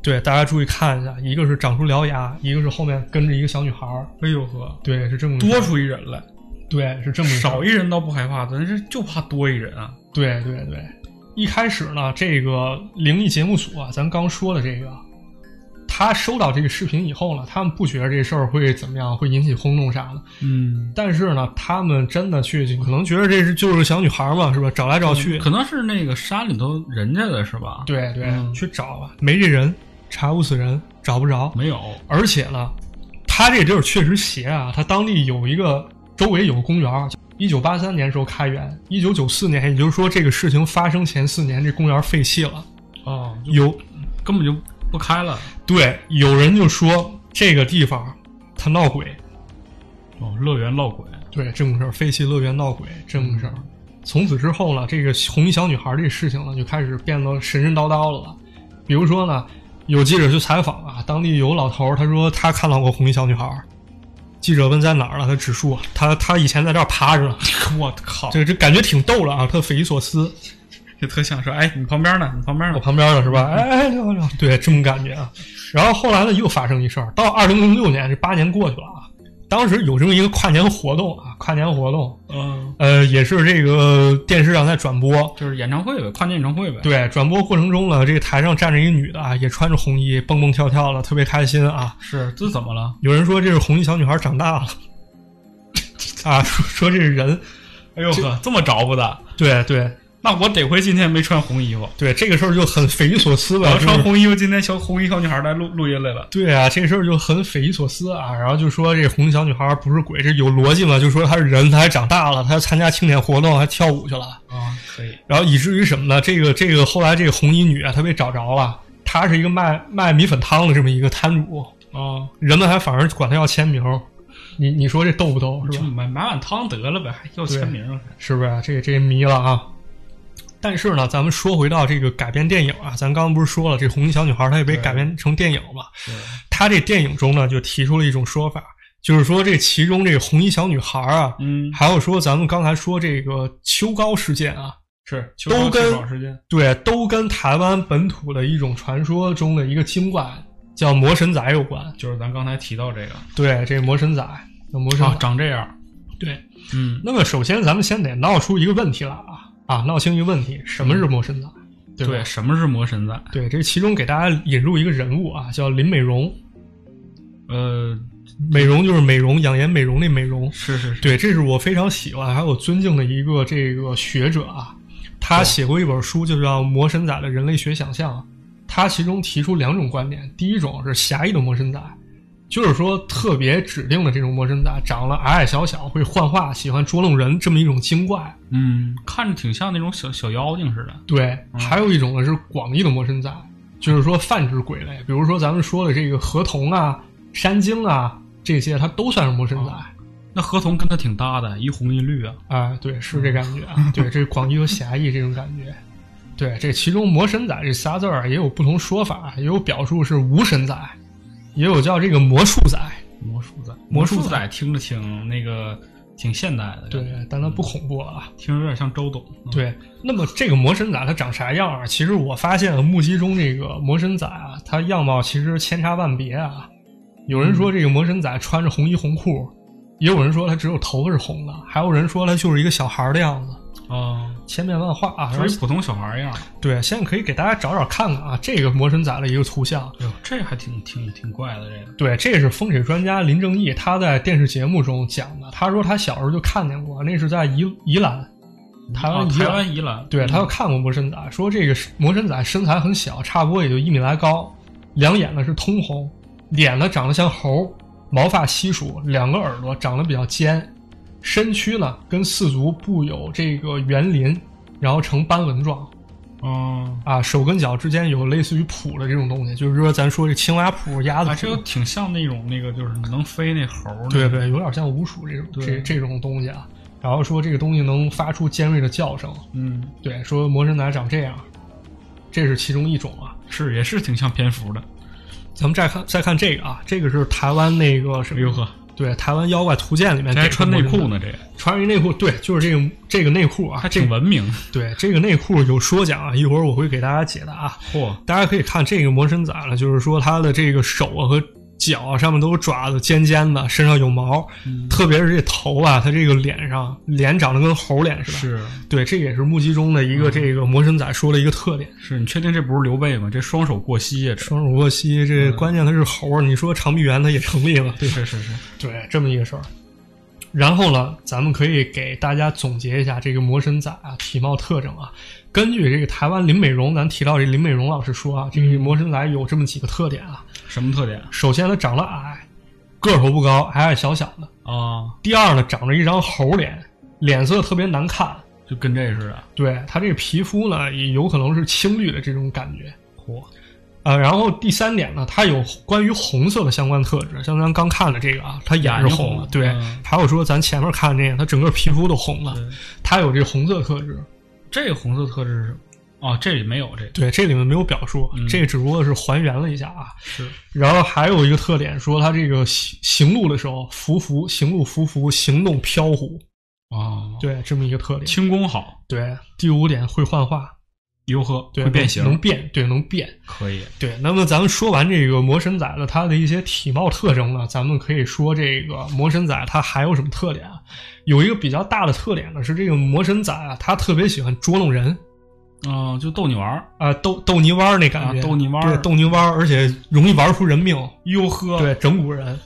Speaker 2: 对，大家注意看一下，一个是长出獠牙，一个是后面跟着一个小女孩儿。
Speaker 3: 哎呦呵，
Speaker 2: 对，是这么个事
Speaker 3: 多
Speaker 2: 儿
Speaker 3: 出一人来，
Speaker 2: 对是这么个事儿
Speaker 3: 少一人倒不害怕，咱是就怕多一人啊。
Speaker 2: 对对对，一开始呢，这个灵异节目组啊，咱刚说的这个，他收到这个视频以后呢，他们不觉得这事儿会怎么样，会引起轰动啥的。
Speaker 3: 嗯，
Speaker 2: 但是呢，他们真的去，可能觉得这是就是小女孩嘛，是吧？找来找去，
Speaker 3: 嗯可能是那个山里头人家的是吧？，
Speaker 2: 对对，
Speaker 3: 嗯
Speaker 2: 去找吧，没这人，查无此人，找不着。
Speaker 3: 没有，
Speaker 2: 而且呢，他这地儿确实邪啊，他当地有一个周围有个公园，一九八三年时候开园，一九九四年，也就是说这个事情发生前四年，这公园废弃了。
Speaker 3: 哦，就
Speaker 2: 有
Speaker 3: 根本就不开了。
Speaker 2: 对有人就说这个地方他闹鬼，
Speaker 3: 哦，乐园闹鬼，
Speaker 2: 对这么个事儿，废弃乐园闹鬼这么个事儿。从此之后呢，这个红衣小女孩这事情呢，就开始变得神神叨叨了。比如说呢，有记者去采访啊，当地有老头儿，他说他看到过红衣小女孩儿。记者问在哪儿了，他指出他他以前在这儿趴着呢，
Speaker 3: 我靠，
Speaker 2: 这这感觉挺逗的啊，特匪夷所思。
Speaker 3: 就特像说，哎，你旁边呢，你旁边
Speaker 2: 我
Speaker 3: 呢，
Speaker 2: 旁边的是吧？哎哎，六六，对，这么感觉啊。然后后来呢，又发生一事儿，到二零零六年，这八年过去了啊。当时有这么一个跨年活动啊，跨年活动，
Speaker 3: 嗯，
Speaker 2: 呃，也是这个电视上在转播。
Speaker 3: 就是演唱会呗，跨年演唱会呗。，
Speaker 2: 对，转播过程中呢，这个台上站着一个女的啊，也穿着红衣，蹦蹦跳跳的，特别开心啊。
Speaker 3: 是这怎么了？
Speaker 2: 有人说这是红衣小女孩长大了， 啊，说说这是人，
Speaker 3: 哎呦呵，这么着不的？
Speaker 2: 对对
Speaker 3: 那我得亏今天没穿红衣服，
Speaker 2: 对，这个事儿就很匪夷所思
Speaker 3: 我
Speaker 2: 吧。
Speaker 3: 要
Speaker 2: 就是
Speaker 3: 穿红衣服，今天小红衣小女孩来录录音来了。
Speaker 2: 对啊，这事儿就很匪夷所思啊。然后就说这红小女孩不是鬼，这有逻辑吗？就说她是人，她还长大了，她还参加庆典活动，还跳舞去了。
Speaker 3: 啊，可以，
Speaker 2: 然后以至于什么呢？这个这个后来这个红衣女啊，她被找着了，她是一个卖卖米粉汤的这么一个摊主，
Speaker 3: 哦，
Speaker 2: 人们还反而管她要签名。你你说这逗不逗？是
Speaker 3: 就
Speaker 2: 吧？
Speaker 3: 买买碗汤得了呗，还要签名啊？
Speaker 2: 是不是？这这迷了啊！但是呢，咱们说回到这个改编电影啊，咱刚刚不是说了，这红衣小女孩她也被
Speaker 3: 对
Speaker 2: 改编成电影嘛？
Speaker 3: 是
Speaker 2: 他这电影中呢，就提出了一种说法，就是说这其中这个红衣小女孩啊，
Speaker 3: 嗯，
Speaker 2: 还有说咱们刚才说这个秋高事件啊，
Speaker 3: 是
Speaker 2: 都跟
Speaker 3: 时间
Speaker 2: 对，都跟台湾本土的一种传说中的一个精怪叫魔神仔有关。
Speaker 3: 就是咱刚才提到这个
Speaker 2: 对，这魔神仔，那魔神仔、
Speaker 3: 啊，长这样，
Speaker 2: 对。
Speaker 3: 嗯，
Speaker 2: 那么首先咱们先得闹出一个问题来啊啊，闹清一个问题，什么是魔神仔？对吧
Speaker 3: 对，什么是魔神仔？
Speaker 2: 对，这其中给大家引入一个人物啊，叫林美容，
Speaker 3: 呃，
Speaker 2: 美容就是美容，养颜美容那美容。
Speaker 3: 是是是，
Speaker 2: 对，这是我非常喜欢还有尊敬的一个这个学者啊，他写过一本书，就叫《魔神仔的人类学想象》。他其中提出两种观点，第一种是狭义的魔神仔，就是说特别指定的这种魔神仔，长得矮矮小小，会幻化，喜欢捉弄人这么一种精怪。
Speaker 3: 嗯，看着挺像那种小小妖精似的，
Speaker 2: 对，还有一种呢是广义的魔神仔，就是说泛指鬼类，比如说咱们说的这个河童啊、山精啊这些，它都算是魔神仔。
Speaker 3: 那合同跟他挺搭的，一红一绿啊，
Speaker 2: 啊，对，是这感觉啊，对，这广义和狭义这种感觉。对，这其中“魔神仔”这仨字儿也有不同说法，啊也有表述是无神仔，也有叫这个魔术仔。
Speaker 3: 魔术仔，
Speaker 2: 魔
Speaker 3: 魔
Speaker 2: 术仔
Speaker 3: 术仔听着挺那个，挺现代的，
Speaker 2: 对，，但它不恐怖啊。
Speaker 3: 听着有点像周董，嗯，
Speaker 2: 对，那么这个魔神仔它长啥样啊？其实我发现目击中这个魔神仔啊，它样貌其实千差万别啊。有人说这个魔神仔穿着红衣红裤，也有人说他只有头发是红的，还有人说他就是一个小孩儿的样子。
Speaker 3: 哦，
Speaker 2: 千变万化啊。
Speaker 3: 就是一普通小孩儿一样。
Speaker 2: 对，现在可以给大家找找看看啊，这个魔神仔的一个图像。
Speaker 3: 哎呦，这还挺挺挺怪的，这个
Speaker 2: 对，这是风水专家林正义，他在电视节目中讲的。他说他小时候就看见过，那是在宜宜兰，台湾
Speaker 3: 哦
Speaker 2: 宜
Speaker 3: 台
Speaker 2: 兰。
Speaker 3: 湾宜兰，
Speaker 2: 对，
Speaker 3: 嗯
Speaker 2: 他就看过魔神仔，说这个是魔神仔身材很小，差不多也就一米来高，两眼呢是通红，脸呢长得像猴，毛发稀疏，两个耳朵长得比较尖，身躯呢跟四足布有这个园林，然后呈斑纹状
Speaker 3: 哦，
Speaker 2: 啊，手跟脚之间有类似于蹼的这种东西，就是说咱说这青蛙蹼、鸭子
Speaker 3: 啊，
Speaker 2: 蹼，
Speaker 3: 这个挺像那种那个就是能飞那猴儿，
Speaker 2: 对，对，有点像鼯鼠这种这
Speaker 3: 对
Speaker 2: 这种东西啊。然后说这个东西能发出尖锐的叫声，
Speaker 3: 嗯，
Speaker 2: 对，说魔神仔长这样，这是其中一种啊。
Speaker 3: 是也是挺像蝙蝠的，
Speaker 2: 咱们再看再看这个啊，这个是台湾那个什
Speaker 3: 哎
Speaker 2: 么？
Speaker 3: 呦呵，
Speaker 2: 对，台湾妖怪图鉴里面
Speaker 3: 这还穿内裤
Speaker 2: 呢，
Speaker 3: 呢，这个
Speaker 2: 穿着一内裤，对，就是这个这个内裤啊，
Speaker 3: 还挺文明，
Speaker 2: 对，这个内裤有说讲啊，一会儿我会给大家解答啊。
Speaker 3: 嚯，
Speaker 2: 大家可以看这个魔神仔了，就是说他的这个手啊和脚啊上面都有爪子，尖尖的，身上有毛，
Speaker 3: 嗯
Speaker 2: 特别是这头啊，他这个脸上脸长得跟猴脸似的。
Speaker 3: 是
Speaker 2: 对，这也是目击中的一个这个魔神仔说的一个特点。
Speaker 3: 是，你确定这不是刘备吗？这双手过膝呀，这
Speaker 2: 双手过膝，这关键他是猴儿，你说长臂猿他也成立了。对
Speaker 3: 是是是，
Speaker 2: 对，这么一个事儿。然后呢，咱们可以给大家总结一下这个魔神仔啊体貌特征啊。根据这个台湾林美容，咱提到这林美容老师说啊，这个魔神仔有这么几个特点啊。
Speaker 3: 什么特点
Speaker 2: 首先，他长得矮，个头不高，矮矮小小的。
Speaker 3: 啊？
Speaker 2: 第二呢，长着一张猴脸，脸色特别难看。
Speaker 3: 就跟这似的，
Speaker 2: 对他这个皮肤呢，也有可能是青绿的这种感觉。嚯！呃，然后第三点呢，它有关于红色的相关特质，像咱刚看的这个啊，它眼是红
Speaker 3: 眼睛
Speaker 2: 的，
Speaker 3: 红
Speaker 2: 对。
Speaker 3: 嗯
Speaker 2: 还有说咱前面看这个，它整个皮肤都红了，它有这红色特质。
Speaker 3: 这个红色特质是什么，哦，这里没有这个
Speaker 2: 对，这里面没有表述，
Speaker 3: 嗯
Speaker 2: 这只不过是还原了一下啊。
Speaker 3: 是
Speaker 2: 然后还有一个特点，说它这个行行路的时候浮浮，行路浮浮，行动飘忽，
Speaker 3: 哦，
Speaker 2: 对，这么一个特点。
Speaker 3: 轻功好，
Speaker 2: 对，第五点会幻化，
Speaker 3: 呦呵，
Speaker 2: 对，
Speaker 3: 会变形，
Speaker 2: 能能变，对，能变。
Speaker 3: 可以，
Speaker 2: 对，那么咱们说完这个魔神仔的它的一些体貌特征呢，咱们可以说这个魔神仔它还有什么特点啊？有一个比较大的特点呢，是这个魔神仔啊，它特别喜欢捉弄人
Speaker 3: 嗯，就逗你玩儿，
Speaker 2: 啊，逗逗泥弯儿那感觉，
Speaker 3: 啊逗泥弯儿
Speaker 2: 对，逗泥弯儿，而且容易玩出人命，
Speaker 3: 呦呵，
Speaker 2: 对，整蛊人。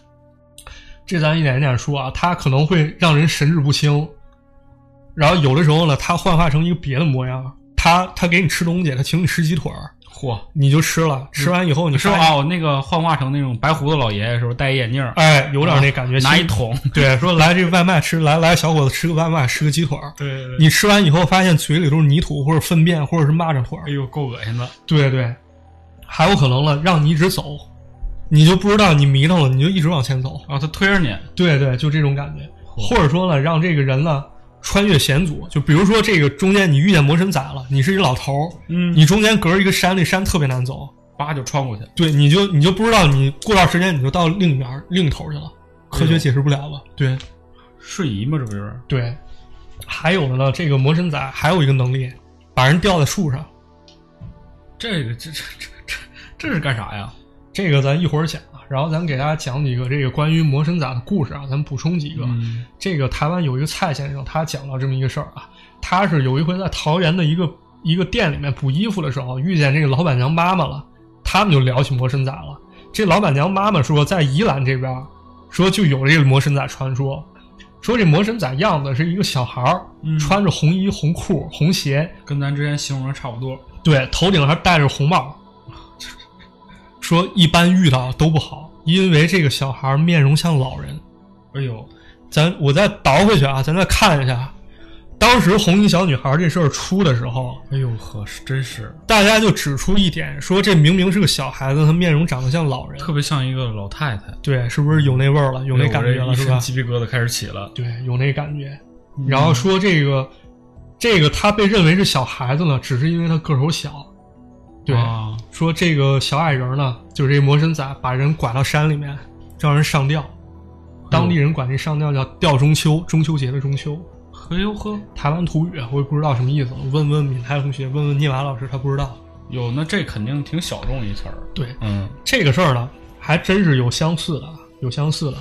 Speaker 2: 这咱一点一点说啊，它可能会让人神志不清，然后有的时候呢，它幻化成一个别的模样，它它给你吃东西，它请你吃鸡腿儿，
Speaker 3: 嚯，
Speaker 2: 你就吃了，吃完以后你
Speaker 3: 是
Speaker 2: 发现
Speaker 3: 啊，我那个幻化成那种白胡子老爷爷，是不是戴一眼镜儿，
Speaker 2: 哎，有点那感觉。
Speaker 3: 啊拿
Speaker 2: 心
Speaker 3: 一桶，
Speaker 2: 对，说来这外卖吃，来来小伙子吃个外卖，吃个鸡腿儿。
Speaker 3: 对对，
Speaker 2: 你吃完以后发现嘴里都是泥土或者粪便或者是蚂蚱腿儿
Speaker 3: 哎。呦，够恶心的，
Speaker 2: 对对，还有可能了，让你一直走，你就不知道你迷瞪了，你就一直往前走。
Speaker 3: 啊，他推着你，
Speaker 2: 对对，就这种感觉。
Speaker 3: 嚯
Speaker 2: 或者说呢，让这个人呢穿越险阻，就比如说这个中间你遇见魔神仔了，你是一老头儿，
Speaker 3: 嗯
Speaker 2: 你中间隔着一个山，那山特别难走，
Speaker 3: 叭就穿过去，
Speaker 2: 对，你就你就不知道你过段时间你就到另一边儿另一头儿去了，科
Speaker 3: 哎
Speaker 2: 学
Speaker 3: 呦
Speaker 2: 解释不了了。对，
Speaker 3: 瞬移嘛，这不就是？
Speaker 2: 对，还有的呢，这个魔神仔还有一个能力，把人吊在树上。
Speaker 3: 这个这这这这这是干啥呀？
Speaker 2: 这个咱一会儿讲啊，然后咱给大家讲几个这个关于魔神仔的故事啊，咱补充几个。
Speaker 3: 嗯
Speaker 2: 这个台湾有一个蔡先生，他讲到这么一个事儿啊，他是有一回在桃园的一个一个店里面补衣服的时候，遇见这个老板娘妈妈了，他们就聊起魔神仔了。这老板娘妈妈说，在宜兰这边，说就有这个魔神仔传说，说这魔神仔样子是一个小孩儿，
Speaker 3: 嗯
Speaker 2: 穿着红衣、红裤、红鞋，
Speaker 3: 跟咱之前形容的差不多。
Speaker 2: 对，头顶还戴着红帽，说一般遇到都不好，因为这个小孩面容像老人。
Speaker 3: 哎呦，
Speaker 2: 咱我再倒回去啊，咱再看一下，当时红衣小女孩这事儿出的时候，
Speaker 3: 哎呦呵，是真是
Speaker 2: 大家就指出一点，说这明明是个小孩子，他面容长得像老人，
Speaker 3: 特别像一个老太太，
Speaker 2: 对，是不是有那味儿了，有那感觉
Speaker 3: 哎呦我
Speaker 2: 了，是
Speaker 3: 这一
Speaker 2: 吧
Speaker 3: 身？嗯鸡皮疙瘩开始起了。
Speaker 2: 对，有那感觉。然后说这个，这个他被认为是小孩子呢，只是因为他个头小。对，
Speaker 3: 啊，
Speaker 2: 说这个小矮人呢，就是这魔神仔把人拐到山里面，让人上吊。当地人管这上吊叫吊中秋，中秋节的中秋。
Speaker 3: 嘿呦呵，
Speaker 2: 台湾土语啊我也不知道什么意思，我问问敏泰同学，问问聂娃老师，他不知道。
Speaker 3: 有那这肯定挺小众一词儿。
Speaker 2: 对
Speaker 3: 嗯，
Speaker 2: 这个事儿呢，还真是有相似的，有相似的。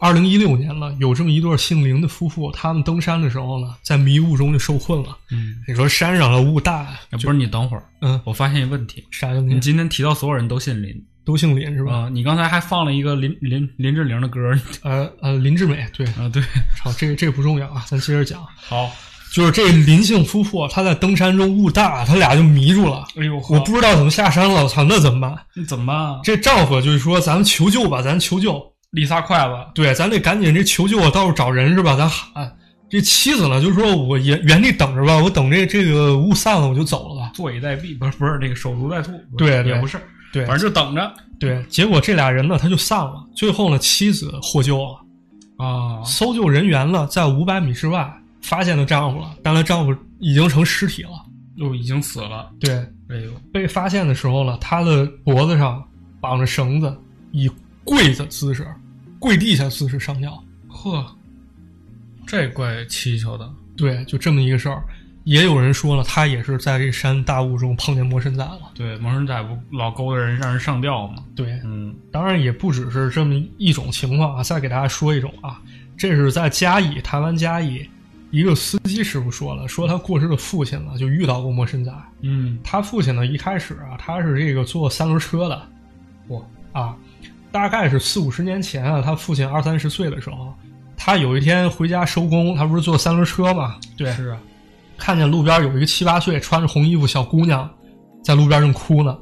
Speaker 2: 二零一六年了，有这么一对姓林的夫妇，他们登山的时候呢，在迷雾中就受困了。
Speaker 3: 嗯，
Speaker 2: 你说山上的雾大，
Speaker 3: 哎不是你等会儿，
Speaker 2: 嗯，
Speaker 3: 我发现一问题，
Speaker 2: 啥叫
Speaker 3: 你
Speaker 2: 林？
Speaker 3: 今天提到所有人都姓林
Speaker 2: 都姓林是吧？
Speaker 3: 啊、你刚才还放了一个林林林志玲的歌儿
Speaker 2: 呃呃，林志美，对，
Speaker 3: 啊，对，
Speaker 2: 好，这个这个不重要啊，咱接着讲。
Speaker 3: 好，
Speaker 2: 就是这林姓夫妇，啊他在登山中雾大，他俩就迷住了。
Speaker 3: 哎呦，
Speaker 2: 我不知道怎么下山了，我操，那怎么办？
Speaker 3: 你怎么办啊？
Speaker 2: 这丈夫就是说，咱们求救吧，咱求救。
Speaker 3: 丽萨筷子，
Speaker 2: 对，咱得赶紧这求救，到处找人是吧？咱喊。这妻子呢，就说我也原地等着吧，我等这这个雾散了我就走了。
Speaker 3: 坐以待毙，不是不是这个守株待兔，不是
Speaker 2: 对对
Speaker 3: 也不是，
Speaker 2: 对
Speaker 3: 反正就等着
Speaker 2: 对，结果这俩人呢，他就散了。最后呢，妻子获救了，
Speaker 3: 啊
Speaker 2: 搜救人员呢在五百米之外发现了丈夫了，但她丈夫已经成尸体了。
Speaker 3: 又已经死了，
Speaker 2: 对，
Speaker 3: 哎呦，
Speaker 2: 被发现的时候呢，她的脖子上绑着绳子，以跪的姿势，跪地下姿势上吊。
Speaker 3: 呵，这怪蹊跷的，
Speaker 2: 对，就这么一个事儿。也有人说了，她也是在这山大雾中碰见魔神仔了。
Speaker 3: 对，魔神仔不老勾搭人，让人上吊嘛，
Speaker 2: 对，
Speaker 3: 嗯，
Speaker 2: 当然也不只是这么一种情况啊。再给大家说一种啊，这是在嘉义，台湾嘉义，一个司机师傅说了，说他过世的父亲呢就遇到过魔神仔。
Speaker 3: 嗯，
Speaker 2: 他父亲呢一开始啊，他是这个坐三轮车的，
Speaker 3: 哇
Speaker 2: 啊，大概是四五十年前啊，他父亲二三十岁的时候，啊他有一天回家收工，他不是坐三轮车嘛，对，
Speaker 3: 是啊，
Speaker 2: 看见路边有一个七八岁穿着红衣服小姑娘在路边正哭呢。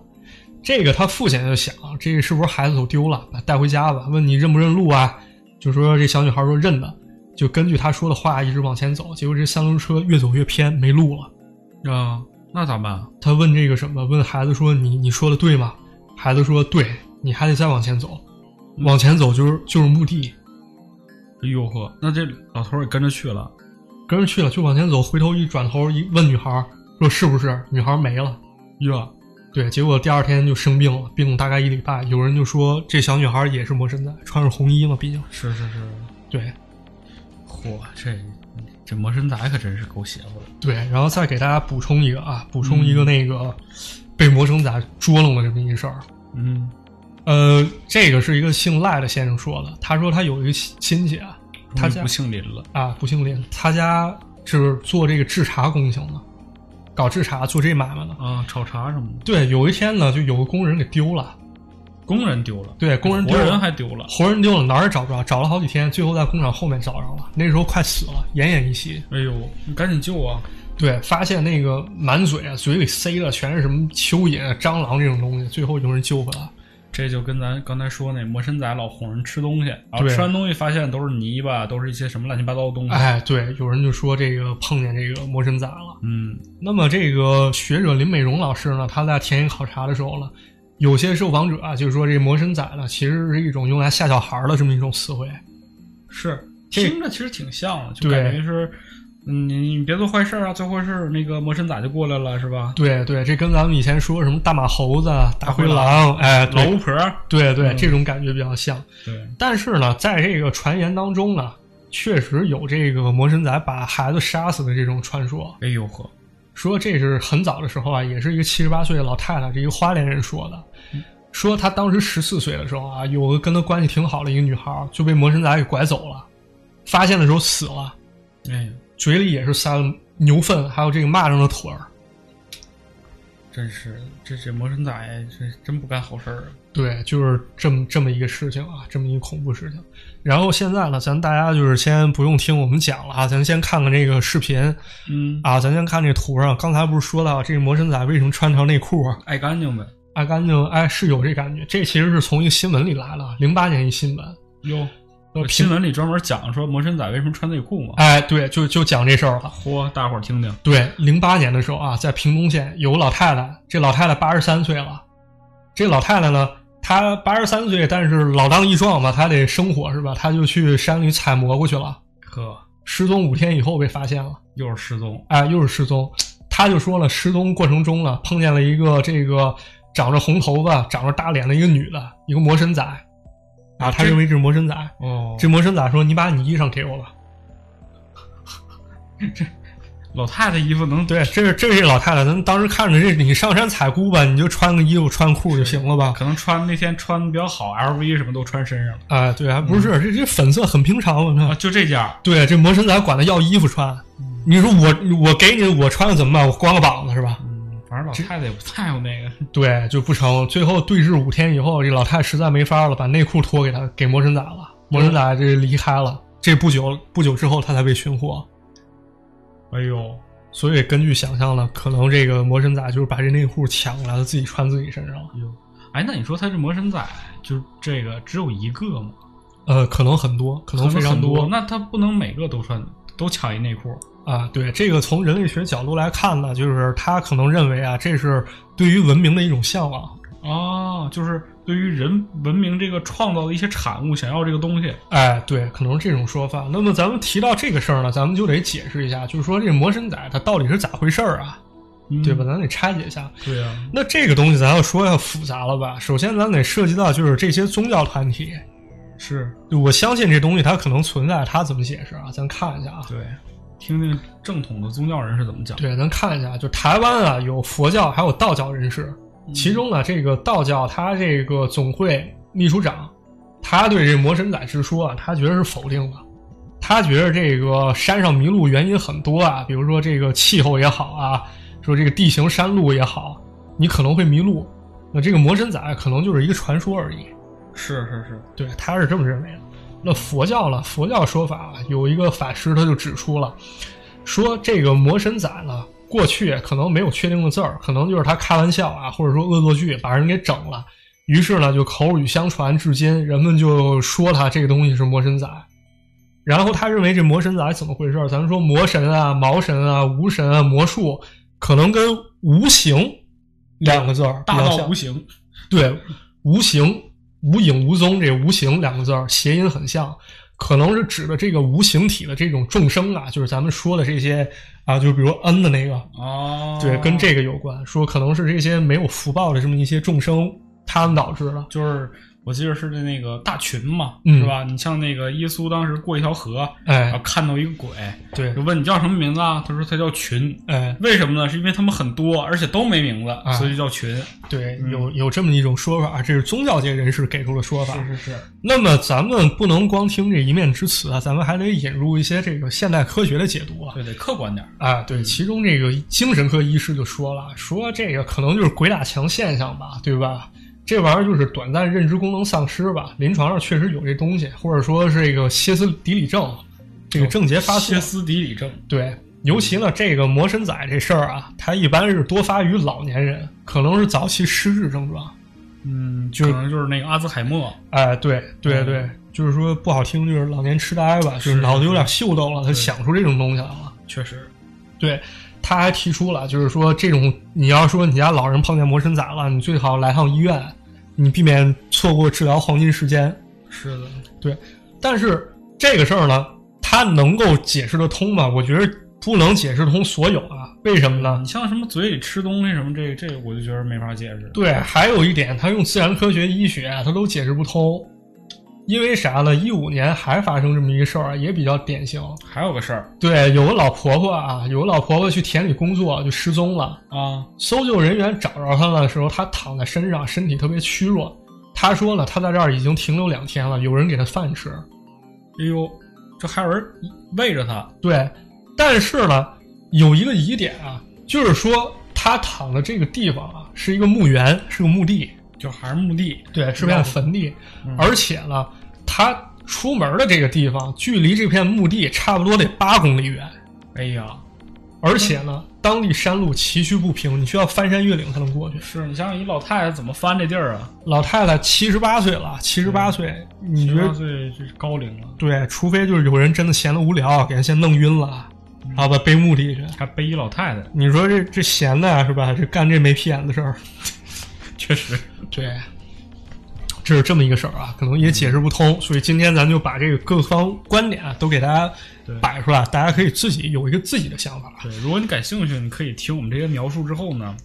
Speaker 2: 这个他父亲就想，这个是不是孩子走丢了？把带回家吧。问你认不认路啊？就说这小女孩说认的，就根据他说的话一直往前走。结果这三轮车越走越偏，没路了。
Speaker 3: 啊，那咋办啊？
Speaker 2: 他问这个什么？问孩子说：“你你说的对吗？”孩子说：“对，你还得再往前走，往前走就是就是墓地。
Speaker 3: 哎呦呵，那这老头儿也跟着去了，”
Speaker 2: 跟着去了就往前走，回头一转头一问女孩儿说：“是不是？”女孩儿没了。
Speaker 3: 哟，
Speaker 2: 对，结果第二天就生病了，病了大概一礼拜。有人就说这小女孩儿也是魔神仔，穿着红衣嘛，毕竟
Speaker 3: 是是是，
Speaker 2: 对
Speaker 3: 嚯，这这魔神仔可真是够邪乎的，
Speaker 2: 对。然后再给大家补充一个啊，补充一个那个被魔神仔捉弄的这么一个事儿。
Speaker 3: 嗯，
Speaker 2: 呃，这个是一个姓赖的先生说的，他说他有一个亲亲戚啊，他
Speaker 3: 终于
Speaker 2: 家
Speaker 3: 不姓林了，
Speaker 2: 啊，不姓林，他家是做这个制茶工行的，搞制茶做这买卖的。
Speaker 3: 啊，炒茶什么的，
Speaker 2: 对，有一天呢，就有个工人给丢了，
Speaker 3: 工人丢了，
Speaker 2: 对，工人丢
Speaker 3: 活人
Speaker 2: 了，
Speaker 3: 还丢了，
Speaker 2: 活人丢了，哪儿也找不着，找了好几天，最后在工厂后面找着了。那时候快死了，奄奄一息。
Speaker 3: 哎呦，你赶紧救啊！
Speaker 2: 对，发现那个满嘴啊，嘴里塞的全是什么蚯蚓、啊蟑螂这种东西，最后有人救回来。
Speaker 3: 这就跟咱刚才说那魔神仔老哄人吃东西，然后
Speaker 2: 对
Speaker 3: 吃完东西发现都是泥巴，都是一些什么乱七八糟的东西。
Speaker 2: 哎，对，有人就说这个碰见这个魔神仔了。
Speaker 3: 嗯，
Speaker 2: 那么这个学者林美荣老师呢，他在田野考察的时候呢，有些受访者啊，就是说这魔神仔呢，其实是一种用来吓小孩儿的这么一种词汇。
Speaker 3: 是
Speaker 2: 这
Speaker 3: 听着其实挺像的，就
Speaker 2: 对
Speaker 3: 感觉是，嗯，你你别做坏事啊，做坏事儿那个魔神仔就过来了，是吧？
Speaker 2: 对对，这跟咱们以前说什么大马猴子、大灰狼，哎，
Speaker 3: 老
Speaker 2: 对
Speaker 3: 巫婆，
Speaker 2: 对对，
Speaker 3: 嗯
Speaker 2: 这种感觉比较像。
Speaker 3: 对，
Speaker 2: 但是呢，在这个传言当中呢，确实有这个魔神仔把孩子杀死的这种传说。
Speaker 3: 哎呦呵，
Speaker 2: 说这是很早的时候啊，也是一个七十八岁的老太太，是一个花莲人说的，说她当时十四岁的时候啊，有个跟她关系挺好的一个女孩儿就被魔神仔给拐走了，发现的时候死了，
Speaker 3: 哎呦，
Speaker 2: 嘴里也是塞了牛粪，还有这个蚂蚱的腿儿。
Speaker 3: 真是这这魔神仔这真不干好事儿啊。
Speaker 2: 对，就是这么这么一个事情啊，这么一个恐怖事情。然后现在呢，咱大家就是先不用听我们讲了啊，咱先看看这个视频
Speaker 3: 嗯，
Speaker 2: 啊，咱先看这图上。刚才不是说到这个魔神仔为什么穿条内裤啊？
Speaker 3: 爱干净呗。
Speaker 2: 爱干净，哎，是有这感觉。这其实是从一个新闻里来的，零八年一新闻。
Speaker 3: 哟，
Speaker 2: 呃
Speaker 3: 新闻里专门讲说魔神仔为什么穿内裤嘛。
Speaker 2: 哎，对，就就讲这事儿了。
Speaker 3: 嚯，大伙儿听听，
Speaker 2: 对，零八年的时候啊，在屏东县有个老太太，这老太太八十三岁了。这老太太呢，她八十三岁，但是老当益壮嘛，她得生活是吧？她就去山里采蘑菇去了，
Speaker 3: 呵，
Speaker 2: 失踪五天以后被发现了，
Speaker 3: 又是失踪。
Speaker 2: 哎，又是失踪。她就说了，失踪过程中呢，碰见了一个这个长着红头发、长着大脸的一个女的，一个魔神仔，啊，她
Speaker 3: 这
Speaker 2: 认为这是魔神仔。
Speaker 3: 哦
Speaker 2: 这魔神仔说：“你把你衣裳给我吧。”
Speaker 3: 老太太衣服能
Speaker 2: 对，这这是老太太，咱当时看着这，你上山采菇吧，你就穿个衣服、穿裤就行了吧？
Speaker 3: 可能穿那天穿的比较好，LV 什么都穿身上了
Speaker 2: 啊，对，还不是、这这粉色很平常，我看
Speaker 3: 啊，。就这件儿
Speaker 2: 对，这魔神咱管他要衣服穿，你说我我给你我穿了怎么办？我光个膀子是吧？
Speaker 3: 嗯，反正老太太也不在乎那个，
Speaker 2: 对，就不成。最后对峙五天以后，这老太太实在没法了，把内裤脱给他给魔神仔了。魔神仔这离开了，这不久不久之后他才被寻获。
Speaker 3: 哎呦，
Speaker 2: 所以根据想象呢，可能这个魔神仔就是把这内裤抢过来，他自己穿自己身上了。
Speaker 3: 哎呦，哎，那你说他这魔神仔就是这个只有一个吗？
Speaker 2: 呃，可能很多，可能非常
Speaker 3: 很
Speaker 2: 多。
Speaker 3: 那他不能每个都穿，都抢一内裤，
Speaker 2: 啊，对这个从人类学角度来看呢，就是他可能认为啊，这是对于文明的一种向往。
Speaker 3: 哦，就是对于人文明这个创造的一些产物，想要这个东西。
Speaker 2: 哎，对，可能是这种说法。那么咱们提到这个事儿呢，咱们就得解释一下，就是说这魔神仔它到底是咋回事儿啊，
Speaker 3: 嗯
Speaker 2: 对吧？？咱得拆解一下。
Speaker 3: 对啊，
Speaker 2: 那这个东西咱要说要复杂了吧？首先，咱得涉及到就是这些宗教团体，
Speaker 3: 是
Speaker 2: 就我相信这东西它可能存在，它怎么解释啊？咱看一下啊。
Speaker 3: 对，听听正统的宗教人是怎么讲。
Speaker 2: 对，咱看一下，就台湾啊，有佛教还有道教人士，
Speaker 3: 嗯
Speaker 2: 其中呢，这个道教他这个总会秘书长，他对这魔神仔之说啊，他觉得是否定的，他觉得这个山上迷路原因很多啊，比如说这个气候也好啊，说这个地形山路也好，你可能会迷路，那这个魔神仔可能就是一个传说而已。
Speaker 3: 是是是，
Speaker 2: 对，他是这么认为的。那佛教呢？佛教说法啊有一个法师他就指出了，说这个魔神仔呢，过去可能没有确定的字儿，可能就是他开玩笑啊，或者说恶作剧把人给整了，于是呢就口语相传，至今人们就说他这个东西是魔神仔。然后他认为这魔神仔怎么回事儿？咱们说魔神啊、毛神啊、无神啊、魔术，可能跟无形两个字儿比
Speaker 3: 大
Speaker 2: 较
Speaker 3: 道
Speaker 2: 像
Speaker 3: 无形。
Speaker 2: 对，无形、无影无踪这“无形”两个字儿谐音很像，可能是指的这个无形体的这种众生啊，就是咱们说的这些啊，就比如恩的那个，
Speaker 3: 哦，
Speaker 2: 对，跟这个有关，说可能是这些没有福报的这么一些众生他们导致的。
Speaker 3: 就是我记得是那那个大群嘛，
Speaker 2: 嗯
Speaker 3: 是吧？你像那个耶稣当时过一条河，然后
Speaker 2: 哎，
Speaker 3: 看到一个鬼，
Speaker 2: 对
Speaker 3: 就，问你叫什么名字啊？他说他叫群。
Speaker 2: 哎，
Speaker 3: 为什么呢？是因为他们很多，而且都没名字，
Speaker 2: 啊
Speaker 3: 所以就叫群。
Speaker 2: 对，
Speaker 3: 嗯
Speaker 2: 有有这么一种说法，这是宗教界人士给出的说法。
Speaker 3: 是是，
Speaker 2: 那么咱们不能光听这一面之词啊，咱们还得引入一些这个现代科学的解读啊。
Speaker 3: 对，得客观点儿。
Speaker 2: 啊，对，其中这个精神科医师就说了，说这个可能就是鬼打墙现象吧，对吧？这玩意儿就是短暂认知功能丧失吧，临床上确实有这东西，或者说是这个歇斯底里症，这个症结发作。
Speaker 3: 哦歇斯底里症，
Speaker 2: 对，尤其呢，这个魔神仔这事儿啊，它一般是多发于老年人，可能是早期失智症状。
Speaker 3: 嗯，可能就是那个阿兹海默，
Speaker 2: 哎，对对
Speaker 3: 嗯
Speaker 2: 对，就是说不好听，就是老年痴呆吧，就是
Speaker 3: 是
Speaker 2: 脑子有点秀逗了，他
Speaker 3: 对
Speaker 2: 想出这种东西来了。
Speaker 3: 确实，
Speaker 2: 对，他还提出了，就是说这种你要说你家老人碰见魔神仔了，你最好来趟医院，你避免错过治疗黄金时间。
Speaker 3: 是的，
Speaker 2: 但是这个事儿呢，他能够解释得通吗？我觉得不能解释通所有啊。为什么呢
Speaker 3: 你？像什么嘴里吃东西什么，这这我就觉得没法解释。
Speaker 2: 对，还有一点，他用自然科学、医学啊，他都解释不通。因为啥呢？一五年还发生这么一个事儿，啊也比较典型。
Speaker 3: 还有个事儿
Speaker 2: 对，有个老婆婆啊，有个老婆婆去田里工作就失踪了。
Speaker 3: 啊，
Speaker 2: 搜救人员找着他的时候，他躺在身上，身体特别虚弱。他说了，他在这儿已经停留两天了，有人给他饭吃。
Speaker 3: 哎呦，这还有人喂着他，
Speaker 2: 对，但是呢，有一个疑点啊，就是说他躺的这个地方啊，是一个墓园，是个墓地，
Speaker 3: 就还是墓地，
Speaker 2: 对，是片坟地，而且呢，他出门的这个地方距离这片墓地差不多得八公里远，
Speaker 3: 哎呀，
Speaker 2: 而且呢，当地山路崎岖不平，你需要翻山越岭才能过去。
Speaker 3: 是你想想，一老太太怎么翻这地儿啊？
Speaker 2: 老太太七十八岁了，七嗯十八岁，你觉得
Speaker 3: 18岁这是高龄了，
Speaker 2: 对，除非就是有人真的闲得无聊，给人先弄晕了，啊然后把背墓地去。
Speaker 3: 还背一老太太，
Speaker 2: 你说这这闲的呀啊是吧？这干这没屁眼的事儿，
Speaker 3: 确实，
Speaker 2: 对，这是这么一个事儿啊，可能也解释不通。所以今天咱就把这个各方观点啊都给大家
Speaker 3: 对
Speaker 2: 摆出来，大家可以自己有一个自己的想法。
Speaker 3: 对，如果你感兴趣，你可以听我们这些描述之后呢，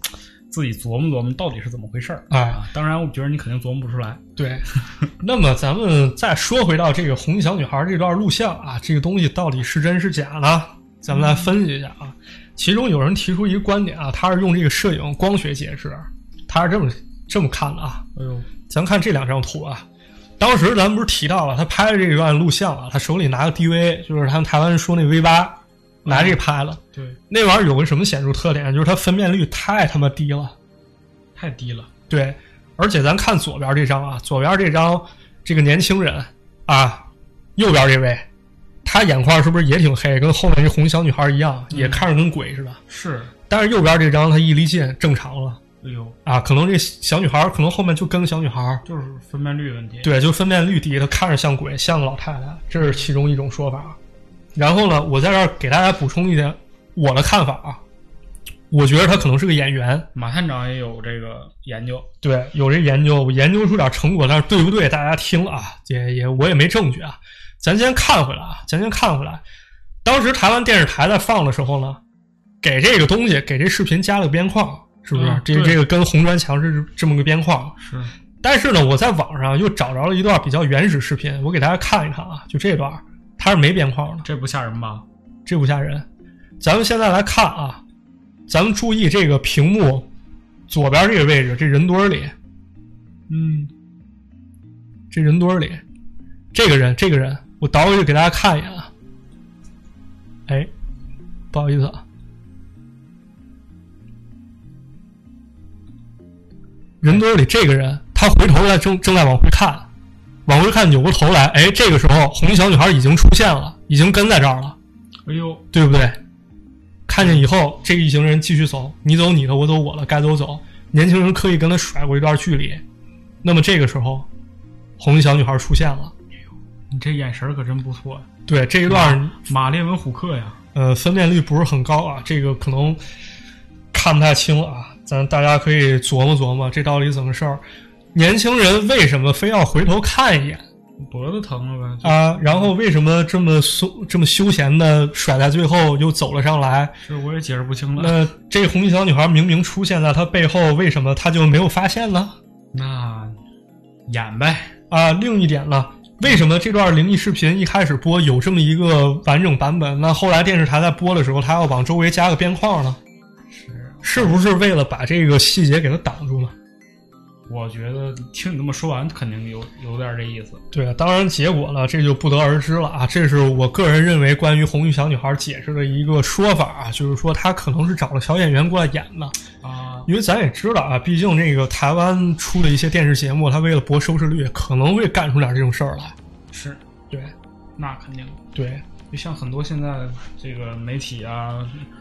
Speaker 3: 自己琢磨琢磨到底是怎么回事儿
Speaker 2: 哎，
Speaker 3: 啊。当然，我觉得你肯定琢磨不出来。
Speaker 2: 对， 那么咱们再说回到这个红衣小女孩这段录像啊，这个东西到底是真是假呢？咱们来分析一下啊。其中有人提出一个观点啊，他是用这个摄影光学解释，他是这么这么看的啊。
Speaker 3: 哎呦，
Speaker 2: 咱看这两张图啊，当时咱们不是提到了他拍的这段录像啊，他手里拿个 DV，就是他们台湾说那 V 八，拿这拍了。
Speaker 3: 对，
Speaker 2: 那玩意儿有个什么显著特点，就是它分辨率太他妈低了。
Speaker 3: 太低了，
Speaker 2: 对，而且咱看左边这张啊，左边这张这个年轻人啊，右边这位，他眼眶是不是也挺黑，跟后面这红小女孩一样，也看着跟鬼似的。
Speaker 3: 是，
Speaker 2: 但是右边这张他一离近正常了
Speaker 3: 哎呦，
Speaker 2: 啊，可能这小女孩可能后面就跟个小女孩，
Speaker 3: 就是分辨率问题。，
Speaker 2: 对，就分辨率低，她看着像鬼，像个老太太，这是其中一种说法。然后呢，我在这儿给大家补充一点我的看法啊，我觉得他可能是个演员，
Speaker 3: 马探长也有这个研究，
Speaker 2: 对，有这研究，我研究出点成果，但是对不对，大家听啊，也也我也没证据啊。咱先看回来啊，咱先看回来。当时台湾电视台在放的时候呢，给这个东西，给这视频加了个边框，是不是？
Speaker 3: 嗯
Speaker 2: 这
Speaker 3: 对
Speaker 2: 这个跟红砖墙是这么个边框。
Speaker 3: 是，
Speaker 2: 但是呢，我在网上又找着了一段比较原始视频，我给大家看一看啊，就这段，它是没边框的，
Speaker 3: 这不吓人吧？
Speaker 2: 这不吓人。咱们现在来看啊，咱们注意这个屏幕左边这个位置，这人堆儿里，
Speaker 3: 嗯，
Speaker 2: 这人堆儿里，这个人，这个人，我倒回去给大家看一眼啊。哎，不好意思啊，人堆儿里这个人，他回头来正正在往回看，往回看，扭过头来，哎，这个时候红衣小女孩已经出现了，已经跟在这儿了，
Speaker 3: 哎呦，
Speaker 2: 对不对？看见以后，这一行人继续走，你走你的，我走我的，该走走。年轻人刻意跟他甩过一段距离，那么这个时候，红衣小女孩出现了。
Speaker 3: 你这眼神儿可真不错呀，
Speaker 2: 对这一段，
Speaker 3: 马列文虎克呀，
Speaker 2: 呃，分辨率不是很高啊，这个可能看不太清了啊。咱大家可以琢磨琢磨这到底怎么事儿。年轻人为什么非要回头看一眼
Speaker 3: 脖子疼了呗？
Speaker 2: 啊？然后为什么这么松、这么休闲的甩在最后又走了上来？
Speaker 3: 这我也解释不清了。
Speaker 2: 那这红衣小女孩明明出现在他背后，为什么他就没有发现呢？
Speaker 3: 那演呗，
Speaker 2: 啊，另一点呢，为什么这段灵异视频一开始播有这么一个完整版本？那后来电视台在播的时候，他要往周围加个边框呢？
Speaker 3: 是，
Speaker 2: 是不是为了把这个细节给它挡住了？
Speaker 3: 我觉得听你这么说完，肯定有有点这意思。
Speaker 2: 对，啊当然结果呢，这就不得而知了啊。这是我个人认为关于红衣小女孩解释的一个说法啊，就是说她可能是找了小演员过来演的，
Speaker 3: 啊，
Speaker 2: 因为咱也知道啊，毕竟这个台湾出的一些电视节目，他为了博收视率，可能会干出点这种事儿来。
Speaker 3: 是，
Speaker 2: 对
Speaker 3: 那肯定。
Speaker 2: 对，
Speaker 3: 就像很多现在这个媒体啊、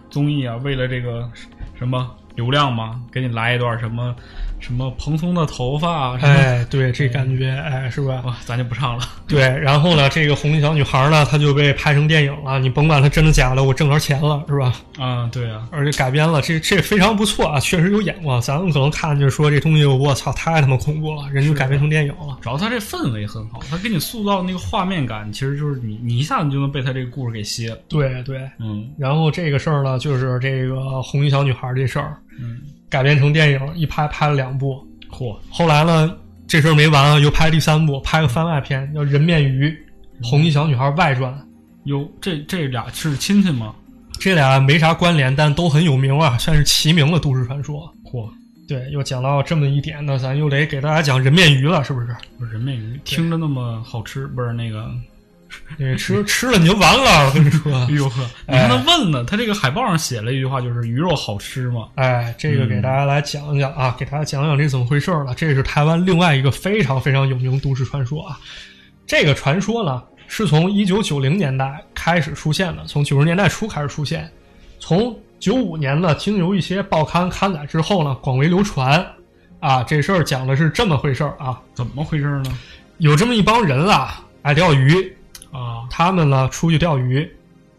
Speaker 3: 综艺啊，为了这个什么流量嘛，给你来一段什么什么蓬松的头发啊，什么、
Speaker 2: 哎，对，这感觉，哎，是吧？
Speaker 3: 哇，咱就不唱了。
Speaker 2: 对，然后呢，这个红衣小女孩呢，她就被拍成电影了。你甭管她真的假的，我挣着钱了，是吧？
Speaker 3: 啊，对啊，
Speaker 2: 而且改编了，这这非常不错啊，确实有眼光。咱们可能看就是说这东西，我操，太他妈恐怖了，人就改编成电影了。
Speaker 3: 主要他这氛围很好，他给你塑造那个画面感，其实就是你你一下子就能被他这个故事给吸了。
Speaker 2: 对对，
Speaker 3: 嗯
Speaker 2: 然后这个事儿呢，就是这个红衣小女孩这事儿
Speaker 3: 嗯，
Speaker 2: 改编成电影，一拍拍了两部。
Speaker 3: 嚯，
Speaker 2: 后来呢，这事儿没完啊，又拍第三部，拍个番外篇，叫《人面鱼》《红衣小女孩外传》。
Speaker 3: 哟，这这俩是亲戚吗？
Speaker 2: 这俩没啥关联，但都很有名啊，算是齐名的都市传说。
Speaker 3: 嚯，
Speaker 2: 对，又讲到这么一点呢，咱又得给大家讲人面鱼了，是不是？
Speaker 3: 不是人面鱼，听着那么好吃，不是那个，
Speaker 2: 因为吃吃了你就完了，我跟你说
Speaker 3: 哎。呦呵， 你
Speaker 2: 哎
Speaker 3: 看他问呢，他这个海报上写了一句话，就是鱼肉好吃吗？
Speaker 2: 哎，这个给大家来讲讲啊，给大家讲讲这怎么回事儿了。这是台湾另外一个非常非常有名的都市传说啊。这个传说呢，是从一九九零年代开始出现的，从九十年代初开始出现，从九五年呢，经由一些报刊刊载之后呢，广为流传。啊，这事儿讲的是这么回事儿啊，
Speaker 3: 怎么回事呢？
Speaker 2: 有这么一帮人啊，爱钓鱼，
Speaker 3: 啊，
Speaker 2: 他们呢出去钓鱼，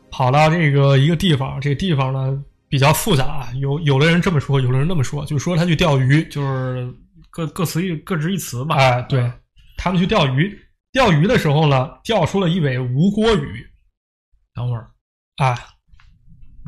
Speaker 2: 跑到这个一个地方，这地方呢比较复杂啊，有有的人这么说，有的人那么说，就说他去钓鱼，
Speaker 3: 就是各各词一各执一词吧。嗯
Speaker 2: 哎，对，他们去钓鱼，钓鱼的时候呢，钓出了一尾无锅鱼
Speaker 3: 等会儿，
Speaker 2: 啊，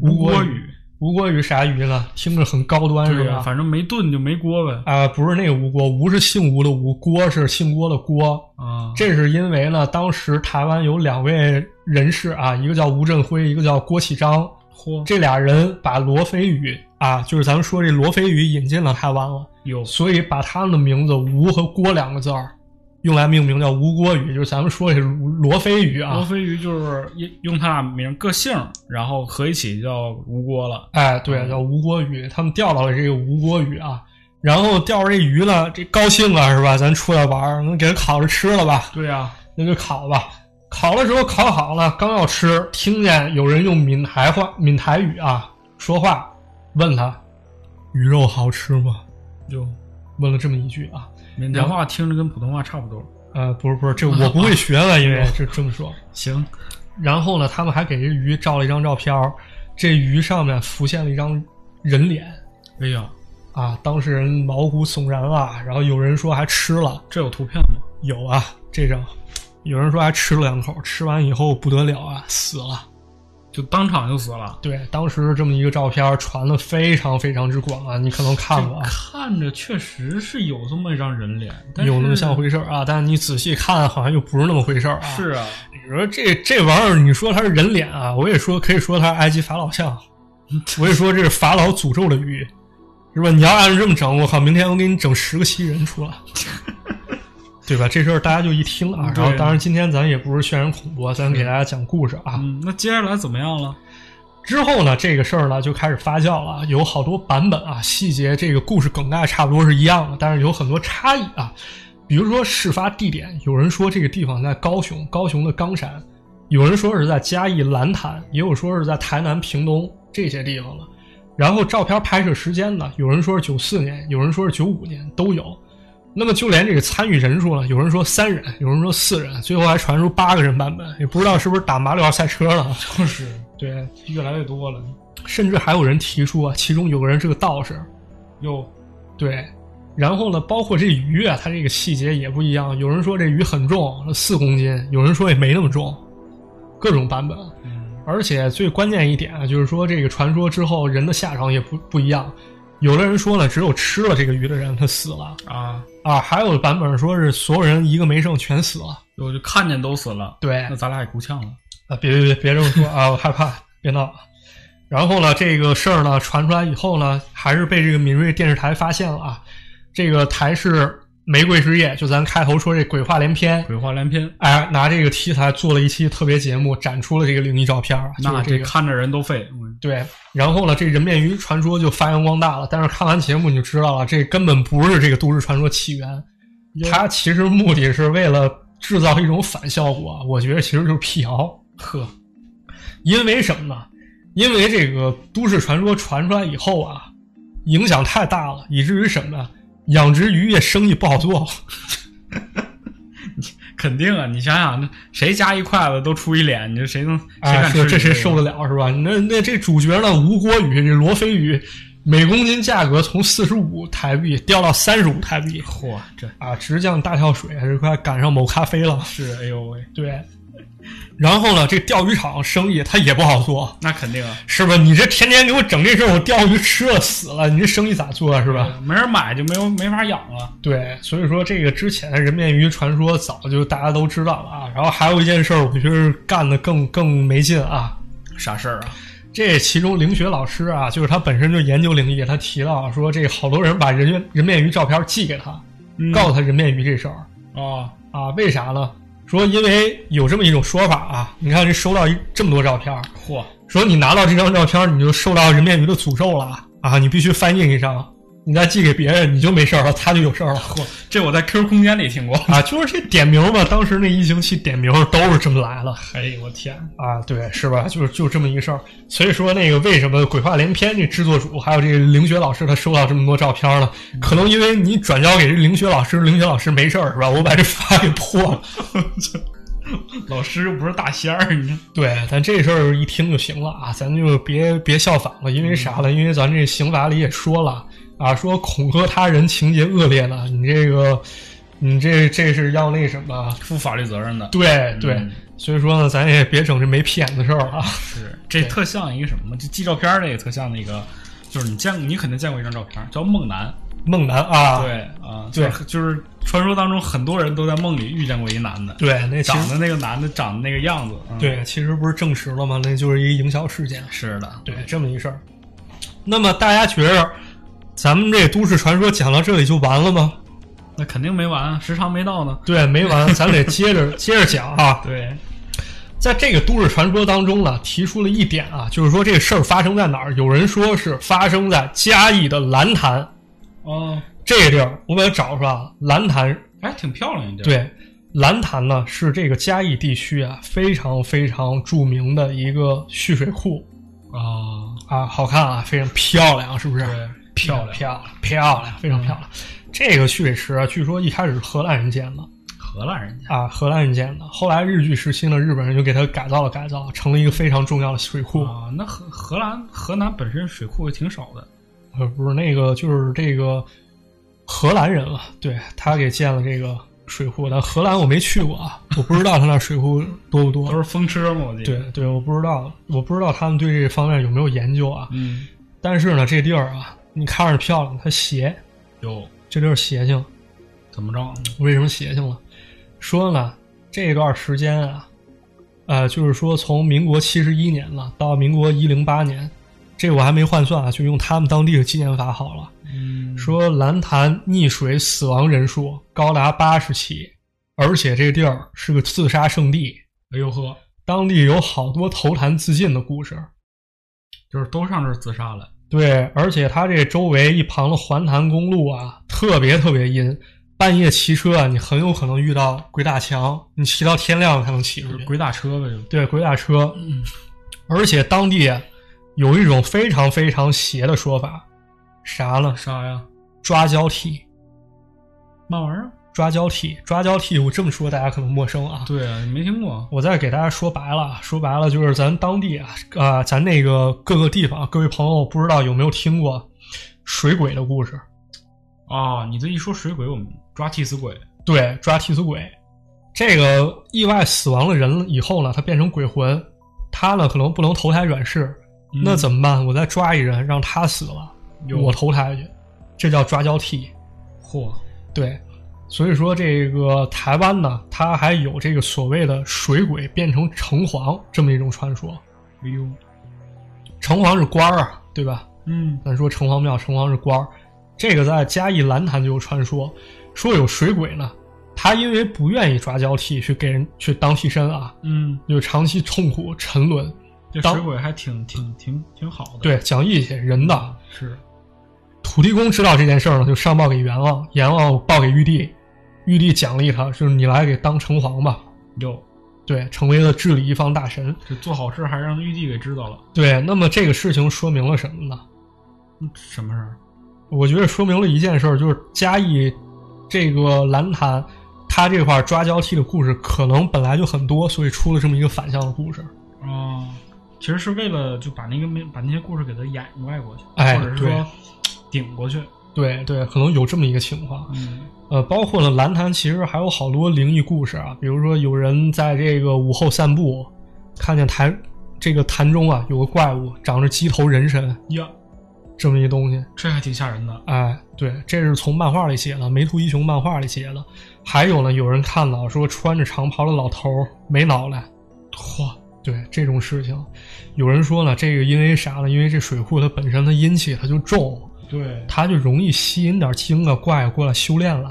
Speaker 2: 无
Speaker 3: 无
Speaker 2: 锅
Speaker 3: 锅
Speaker 2: 鱼，
Speaker 3: 鱼，
Speaker 2: 无锅鱼啥鱼呢？听着很高端是
Speaker 3: 对呀，
Speaker 2: 吧？
Speaker 3: 反正没炖就没锅呗。
Speaker 2: 啊，不是那个吴锅，吴是姓吴的吴，锅是姓郭的郭。
Speaker 3: 啊，
Speaker 2: 这是因为呢，当时台湾有两位人士啊，一个叫吴振辉，一个叫郭启章，
Speaker 3: 嚯，
Speaker 2: 这俩人把罗非雨啊，就是咱们说这罗非雨引进了台湾了，
Speaker 3: 有
Speaker 2: 所以把他们的名字吴和郭两个字儿用来命名叫吴郭语，就是咱们说这罗非雨
Speaker 3: 罗
Speaker 2: 啊。
Speaker 3: 非鱼就是用用他俩名儿个姓儿，然后合一起叫吴郭了。
Speaker 2: 哎，
Speaker 3: 嗯
Speaker 2: 对，叫吴郭语，他们钓到了这个吴郭鱼啊，然后钓着这鱼了，这高兴啊了是吧？咱出来玩儿，那给它烤着吃了吧，
Speaker 3: 对啊呀，
Speaker 2: 那就烤吧。烤了之后烤好了，刚要吃，听见有人用闽台话、闽台语啊说话，问他鱼肉好吃吗？
Speaker 3: 就
Speaker 2: 问了这么一句啊，
Speaker 3: 闽南话听着跟普通话差不多。
Speaker 2: 呃，不是不是，这 我不会学了，因为这这么说。
Speaker 3: 行，
Speaker 2: 然后呢，他们还给这鱼照了一张照片儿，这鱼上面浮现了一张人脸
Speaker 3: 哎呀，
Speaker 2: 啊，当事人毛骨悚然啊。然后有人说还吃了，
Speaker 3: 这有图片吗？
Speaker 2: 有啊，这张，有人说还吃了两口，吃完以后不得了啊，死了。
Speaker 3: 就当场就死了。
Speaker 2: 对，当时这么一个照片儿传的非常非常之广啊，你可能看过啊。
Speaker 3: 看着确实是有这么一张人脸，但是
Speaker 2: 有那么像回事儿啊，但是你仔细看，好像又不是那么回事儿啊。
Speaker 3: 是啊，
Speaker 2: 你说这这玩意儿，你说它是人脸啊，我也说可以说它是埃及法老像，我也说这是法老诅咒的鱼，是吧？你要按这么整，我靠，明天我给你整十个西人出来，对吧？这事儿大家就一听啊。然后，
Speaker 3: 嗯对
Speaker 2: 当然今天咱也不是渲染恐怖，啊咱给大家讲故事啊。
Speaker 3: 嗯，那接下来怎么样了？
Speaker 2: 之后呢，这个事儿呢就开始发酵了，啊有好多版本啊，细节这个故事梗概差不多是一样的，但是有很多差异啊。比如说事发地点，有人说这个地方在高雄，高雄的冈山；有人说是在嘉义蓝潭，也有说是在台南屏东这些地方了。然后照片拍摄时间呢，有人说是九四年，有人说是九五年，都有。那么就连这个参与人数呢，有人说三人，有人说四人，最后还传出八个人版本，也不知道是不是打马里奥赛车了。
Speaker 3: 就是
Speaker 2: 对，
Speaker 3: 越来越多了。
Speaker 2: 甚至还有人提出啊，其中有个人是个道士，
Speaker 3: 哟，
Speaker 2: 对。然后呢，包括这鱼啊，它这个细节也不一样。有人说这鱼很重，四公斤；有人说也没那么重，各种版本。
Speaker 3: 嗯，
Speaker 2: 而且最关键一点啊，就是说这个传说之后，人的下场也不不一样。有的人说呢，只有吃了这个鱼的人他死了
Speaker 3: 啊，
Speaker 2: 啊，还有的版本说是所有人一个没剩全死了。
Speaker 3: 我就看见都死了。
Speaker 2: 对，
Speaker 3: 那咱俩也够呛了。
Speaker 2: 啊，别别别别这么说啊，我害怕，别闹。然后呢，这个事儿呢传出来以后呢，还是被这个敏锐电视台发现了啊。这个台视《玫瑰之夜》，就咱开头说这鬼话连篇，
Speaker 3: 鬼话连篇，
Speaker 2: 哎，拿这个题材做了一期特别节目，展出了这个灵异照片儿，啊
Speaker 3: 那
Speaker 2: 就是
Speaker 3: 这
Speaker 2: 这个
Speaker 3: 看着人都废。嗯
Speaker 2: 对。然后呢，这人面鱼传说就发扬光大了。但是看完节目你就知道了，这根本不是这个都市传说起源，它其实目的是为了制造一种反效果，我觉得其实就是辟谣。
Speaker 3: 呵，
Speaker 2: 因为什么呢？因为这个都市传说传出来以后啊，影响太大了，以至于什么呀？养殖渔业生意不好做了。
Speaker 3: 肯定啊！你想想，那谁夹一筷子都出一脸，你说谁能谁
Speaker 2: 哎，
Speaker 3: 敢
Speaker 2: 说
Speaker 3: 吃？
Speaker 2: 这谁受得？了是吧？那那这主角呢？吴国宇，这罗非宇，每公斤价格从四十五台币掉到三十五台币
Speaker 3: 嚯，这
Speaker 2: 啊，直降大跳水，这快赶上某咖啡了。
Speaker 3: 是哎呦喂，
Speaker 2: 对，然后呢，这钓鱼场生意它也不好做，
Speaker 3: 那肯定啊，
Speaker 2: 是吧？你这天天给我整这事儿，我钓鱼吃了死了，你这生意咋做啊是吧？
Speaker 3: 没人买就没有没法养啊了。
Speaker 2: 对，所以说这个之前的人面鱼传说早就大家都知道了啊。然后还有一件事儿，我觉得干的更更没劲啊。
Speaker 3: 啥事儿啊？
Speaker 2: 这其中灵学老师啊，就是他本身就研究灵异，他提到说这好多人把人面人面鱼照片寄给他，告诉他人面鱼这事儿
Speaker 3: 嗯哦，
Speaker 2: 啊，为啥呢？说因为有这么一种说法啊，你看这收到一这么多照片，
Speaker 3: 嚯，
Speaker 2: 说你拿到这张照片，你就受到人面鱼的诅咒了啊，你必须翻印一张，你再寄给别人，你就没事儿了，他就有事儿了。
Speaker 3: 这我在 Q 空间里听过。
Speaker 2: 啊，就是这点名嘛，当时那疫情期点名都是这么来了
Speaker 3: 哎呦我天，
Speaker 2: 啊，对，是吧？就是就这么一个事儿。所以说那个为什么鬼话连篇这制作组还有这个凌学老师他收到这么多照片呢？
Speaker 3: 嗯
Speaker 2: 可能因为你转交给这凌学老师，凌学老师没事儿是吧？我把这发给破了。
Speaker 3: 老师又不是大仙儿，你看
Speaker 2: 对，咱这事儿一听就行了啊，咱就别别效仿了，因为啥
Speaker 3: 嗯
Speaker 2: 了？因为咱这刑法里也说了啊，说恐吓他人情节恶劣的，你这个你这这是要那什么？
Speaker 3: 负法律责任的。
Speaker 2: 对对，
Speaker 3: 嗯
Speaker 2: 所以说呢，咱也别整这没屁眼子事儿啊。
Speaker 3: 是，这特像一个什么呢？就寄照片儿这个特像那个，就是你见你肯定见过一张照片儿，叫梦男，
Speaker 2: 梦男啊，
Speaker 3: 对啊，
Speaker 2: 对
Speaker 3: 就是就是传说当中很多人都在梦里遇见过一男的，
Speaker 2: 对，那其
Speaker 3: 长
Speaker 2: 实
Speaker 3: 得那个男的长得那个样子，嗯、，
Speaker 2: 对，其实不是证实了吗？那就是一个营销事件，
Speaker 3: 是的，
Speaker 2: 对，这么一事儿。那么大家觉着，咱们这都市传说讲到这里就完了吗？
Speaker 3: 那肯定没完啊，时长没到呢，
Speaker 2: 对，没完，咱得接着 接着讲啊。
Speaker 3: 对，
Speaker 2: 在这个都市传说当中呢，提出了一点啊，就是说这个事儿发生在哪儿？有人说是发生在嘉义的蓝潭
Speaker 3: 哦，
Speaker 2: 这个地儿，我给它找出来了。蓝潭，
Speaker 3: 还挺漂亮一点，，
Speaker 2: 对，蓝潭呢是这个嘉义地区啊非常非常著名的一个蓄水库
Speaker 3: 哦，
Speaker 2: 啊，好看啊，非常漂亮，是不是？
Speaker 3: 对，漂亮，嗯
Speaker 2: 漂亮，漂亮，非常漂亮。这个蓄水池啊，据说一开始是荷兰人建的
Speaker 3: 荷兰人家，
Speaker 2: 啊，荷兰人建的。后来日据时期呢，日本人就给它改造了，改造成了一个非常重要的水库。
Speaker 3: 啊，那荷荷兰河南本身水库也挺少的，
Speaker 2: 呃，不是那个，就是这个荷兰人了，对他给建了这个水库。但荷兰我没去过啊，我不知道他那水库多不
Speaker 3: 都
Speaker 2: 多。
Speaker 3: 是风车嘛，我记得，
Speaker 2: 对，对，我不知道，我不知道他们对这方面有没有研究啊。
Speaker 3: 嗯，
Speaker 2: 但是呢，这地儿啊，你看着漂亮，它邪，
Speaker 3: 有
Speaker 2: 这地儿邪性。
Speaker 3: 怎么着？
Speaker 2: 为什么邪性了？说呢，这段时间啊，呃，就是说从民国七十一年了到民国一零八年，这我还没换算啊，就用他们当地的纪念法好了。
Speaker 3: 嗯，
Speaker 2: 说蓝潭溺水死亡人数高达八十起，而且这地儿是个自杀圣地，
Speaker 3: 哎呦呵，
Speaker 2: 当地有好多投潭自尽的故事。
Speaker 3: 就是都上这儿自杀了，
Speaker 2: 对，而且它这周围一旁的环潭公路啊，特别特别阴，半夜骑车啊，你很有可能遇到鬼打墙，你骑到天亮才能骑
Speaker 3: 就
Speaker 2: 出
Speaker 3: 是
Speaker 2: 去。
Speaker 3: 鬼打车呗，就
Speaker 2: 对，鬼打车，
Speaker 3: 嗯
Speaker 2: 而且当地啊有一种非常非常邪的说法，啥呢？
Speaker 3: 啥嗯呀？
Speaker 2: 抓交替。
Speaker 3: 嘛玩意啊儿？
Speaker 2: 抓交替，抓交替，我这么说大家可能陌生啊。
Speaker 3: 对啊，没听过，
Speaker 2: 我再给大家说白了，啊说白了就是咱当地啊，啊、咱那个各个地方，各位朋友不知道有没有听过水鬼的故事？
Speaker 3: 哦，你这一说水鬼，我们抓替死鬼。
Speaker 2: 对，抓替死鬼，这个意外死亡了人以后呢，他变成鬼魂，他呢可能不能投胎转世，那怎么办？我再抓一人，让他死了，
Speaker 3: 嗯有
Speaker 2: 我投胎去，这叫抓交替。
Speaker 3: 嗯嚯，
Speaker 2: 对，所以说这个台湾呢，它还有这个所谓的水鬼变成城隍这么一种传说。
Speaker 3: 哎呦，
Speaker 2: 城隍是官儿啊，对吧？
Speaker 3: 嗯，
Speaker 2: 咱说城隍庙，城隍是官儿，这个在嘉义蓝潭就有传说，说有水鬼呢，他因为不愿意抓交替去给人去当替身啊，
Speaker 3: 嗯，
Speaker 2: 就长期痛苦沉沦。
Speaker 3: 这
Speaker 2: 当
Speaker 3: 水鬼还挺挺挺挺好的。，
Speaker 2: 对，讲义气，人的。
Speaker 3: 是，
Speaker 2: 土地公知道这件事儿呢，就上报给阎王，阎王报给玉帝，玉帝奖励他，就是你来给当城隍吧。
Speaker 3: 有
Speaker 2: 对，成为了治理一方大神。
Speaker 3: 这做好事还让玉帝给知道了，
Speaker 2: 对，那么这个事情说明了什么呢？
Speaker 3: 嗯什么事儿？
Speaker 2: 我觉得说明了一件事儿，就是嘉义这个蓝潭，它这块抓交替的故事可能本来就很多，所以出了这么一个反向的故事。
Speaker 3: 哦，其实是为了就把那个没把那些故事给它掩盖过去，
Speaker 2: 哎
Speaker 3: 或者是
Speaker 2: 对
Speaker 3: 说顶过去。
Speaker 2: 对对，可能有这么一个情况。
Speaker 3: 嗯，
Speaker 2: 呃，包括了蓝潭，其实还有好多灵异故事啊，比如说有人在这个午后散步，看见潭这个潭中啊有个怪物，长着鸡头人身
Speaker 3: 呀，
Speaker 2: 这么一东西，
Speaker 3: 这还挺吓人的。
Speaker 2: 哎，对，这是从漫画里写的，梅图一雄漫画里写的。还有呢，有人看到说穿着长袍的老头儿没脑袋，嚯，对这种事情，有人说呢，这个因为啥呢？因为这水库它本身它阴气它就重，
Speaker 3: 对，
Speaker 2: 它就容易吸引点精啊怪啊过来修炼来。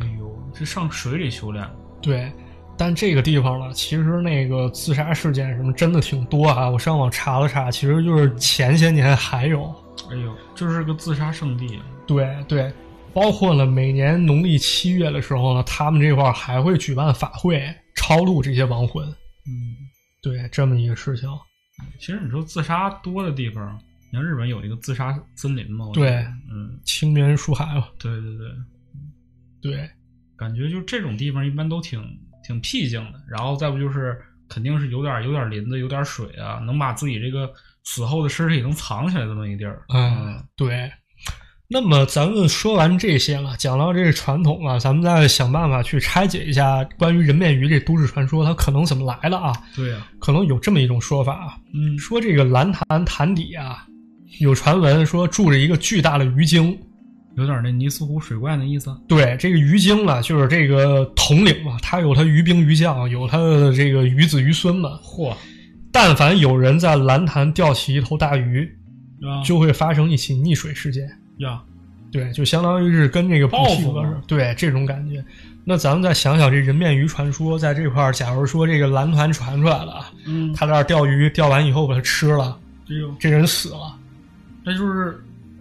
Speaker 3: 哎呦，这上水里修炼，
Speaker 2: 对，但这个地方呢，其实那个自杀事件什么真的挺多啊。我上网查了查，其实就是前些年还有。
Speaker 3: 哎呦，这是个自杀圣地。
Speaker 2: 对对，包括了每年农历七月的时候呢，他们这块儿还会举办法会，超度这些亡魂。
Speaker 3: 嗯。
Speaker 2: 对，这么一个事情。
Speaker 3: 其实你说自杀多的地方，你像日本有一个自杀森林嘛？我觉
Speaker 2: 对
Speaker 3: 得嗯，
Speaker 2: 清明树海嘛，
Speaker 3: 对对对，
Speaker 2: 对
Speaker 3: 感觉就这种地方一般都挺挺僻静的，然后再不就是肯定是有点有点林子，有点水啊，能把自己这个死后的尸体能藏起来这么一地儿。
Speaker 2: 嗯，对。那么咱们说完这些了，讲到这个传统了，咱们再想办法去拆解一下关于人面鱼这都市传说，它可能怎么来的啊？
Speaker 3: 对呀、
Speaker 2: 可能有这么一种说法啊，
Speaker 3: 嗯，
Speaker 2: 说这个蓝潭潭底啊，有传闻说住着一个巨大的鱼精，
Speaker 3: 有点那尼斯湖水怪那意思。
Speaker 2: 对，这个鱼精呢，就是这个统领嘛，他有他鱼兵鱼将，有他的这个鱼子鱼孙嘛。
Speaker 3: 嚯，
Speaker 2: 但凡有人在蓝潭钓起一头大鱼，
Speaker 3: 啊
Speaker 2: 就会发生一起溺水事件。
Speaker 3: 呀，
Speaker 2: 对，就相当于是跟这个
Speaker 3: 报复
Speaker 2: 了
Speaker 3: 嘛，
Speaker 2: 对这种感觉。那咱们再想想这人面鱼传说，在这块儿，假如说这个蓝团传出来了啊，
Speaker 3: 嗯，
Speaker 2: 他在这儿钓鱼，钓完以后把它吃了，
Speaker 3: 这种
Speaker 2: 这人死了，
Speaker 3: 这就是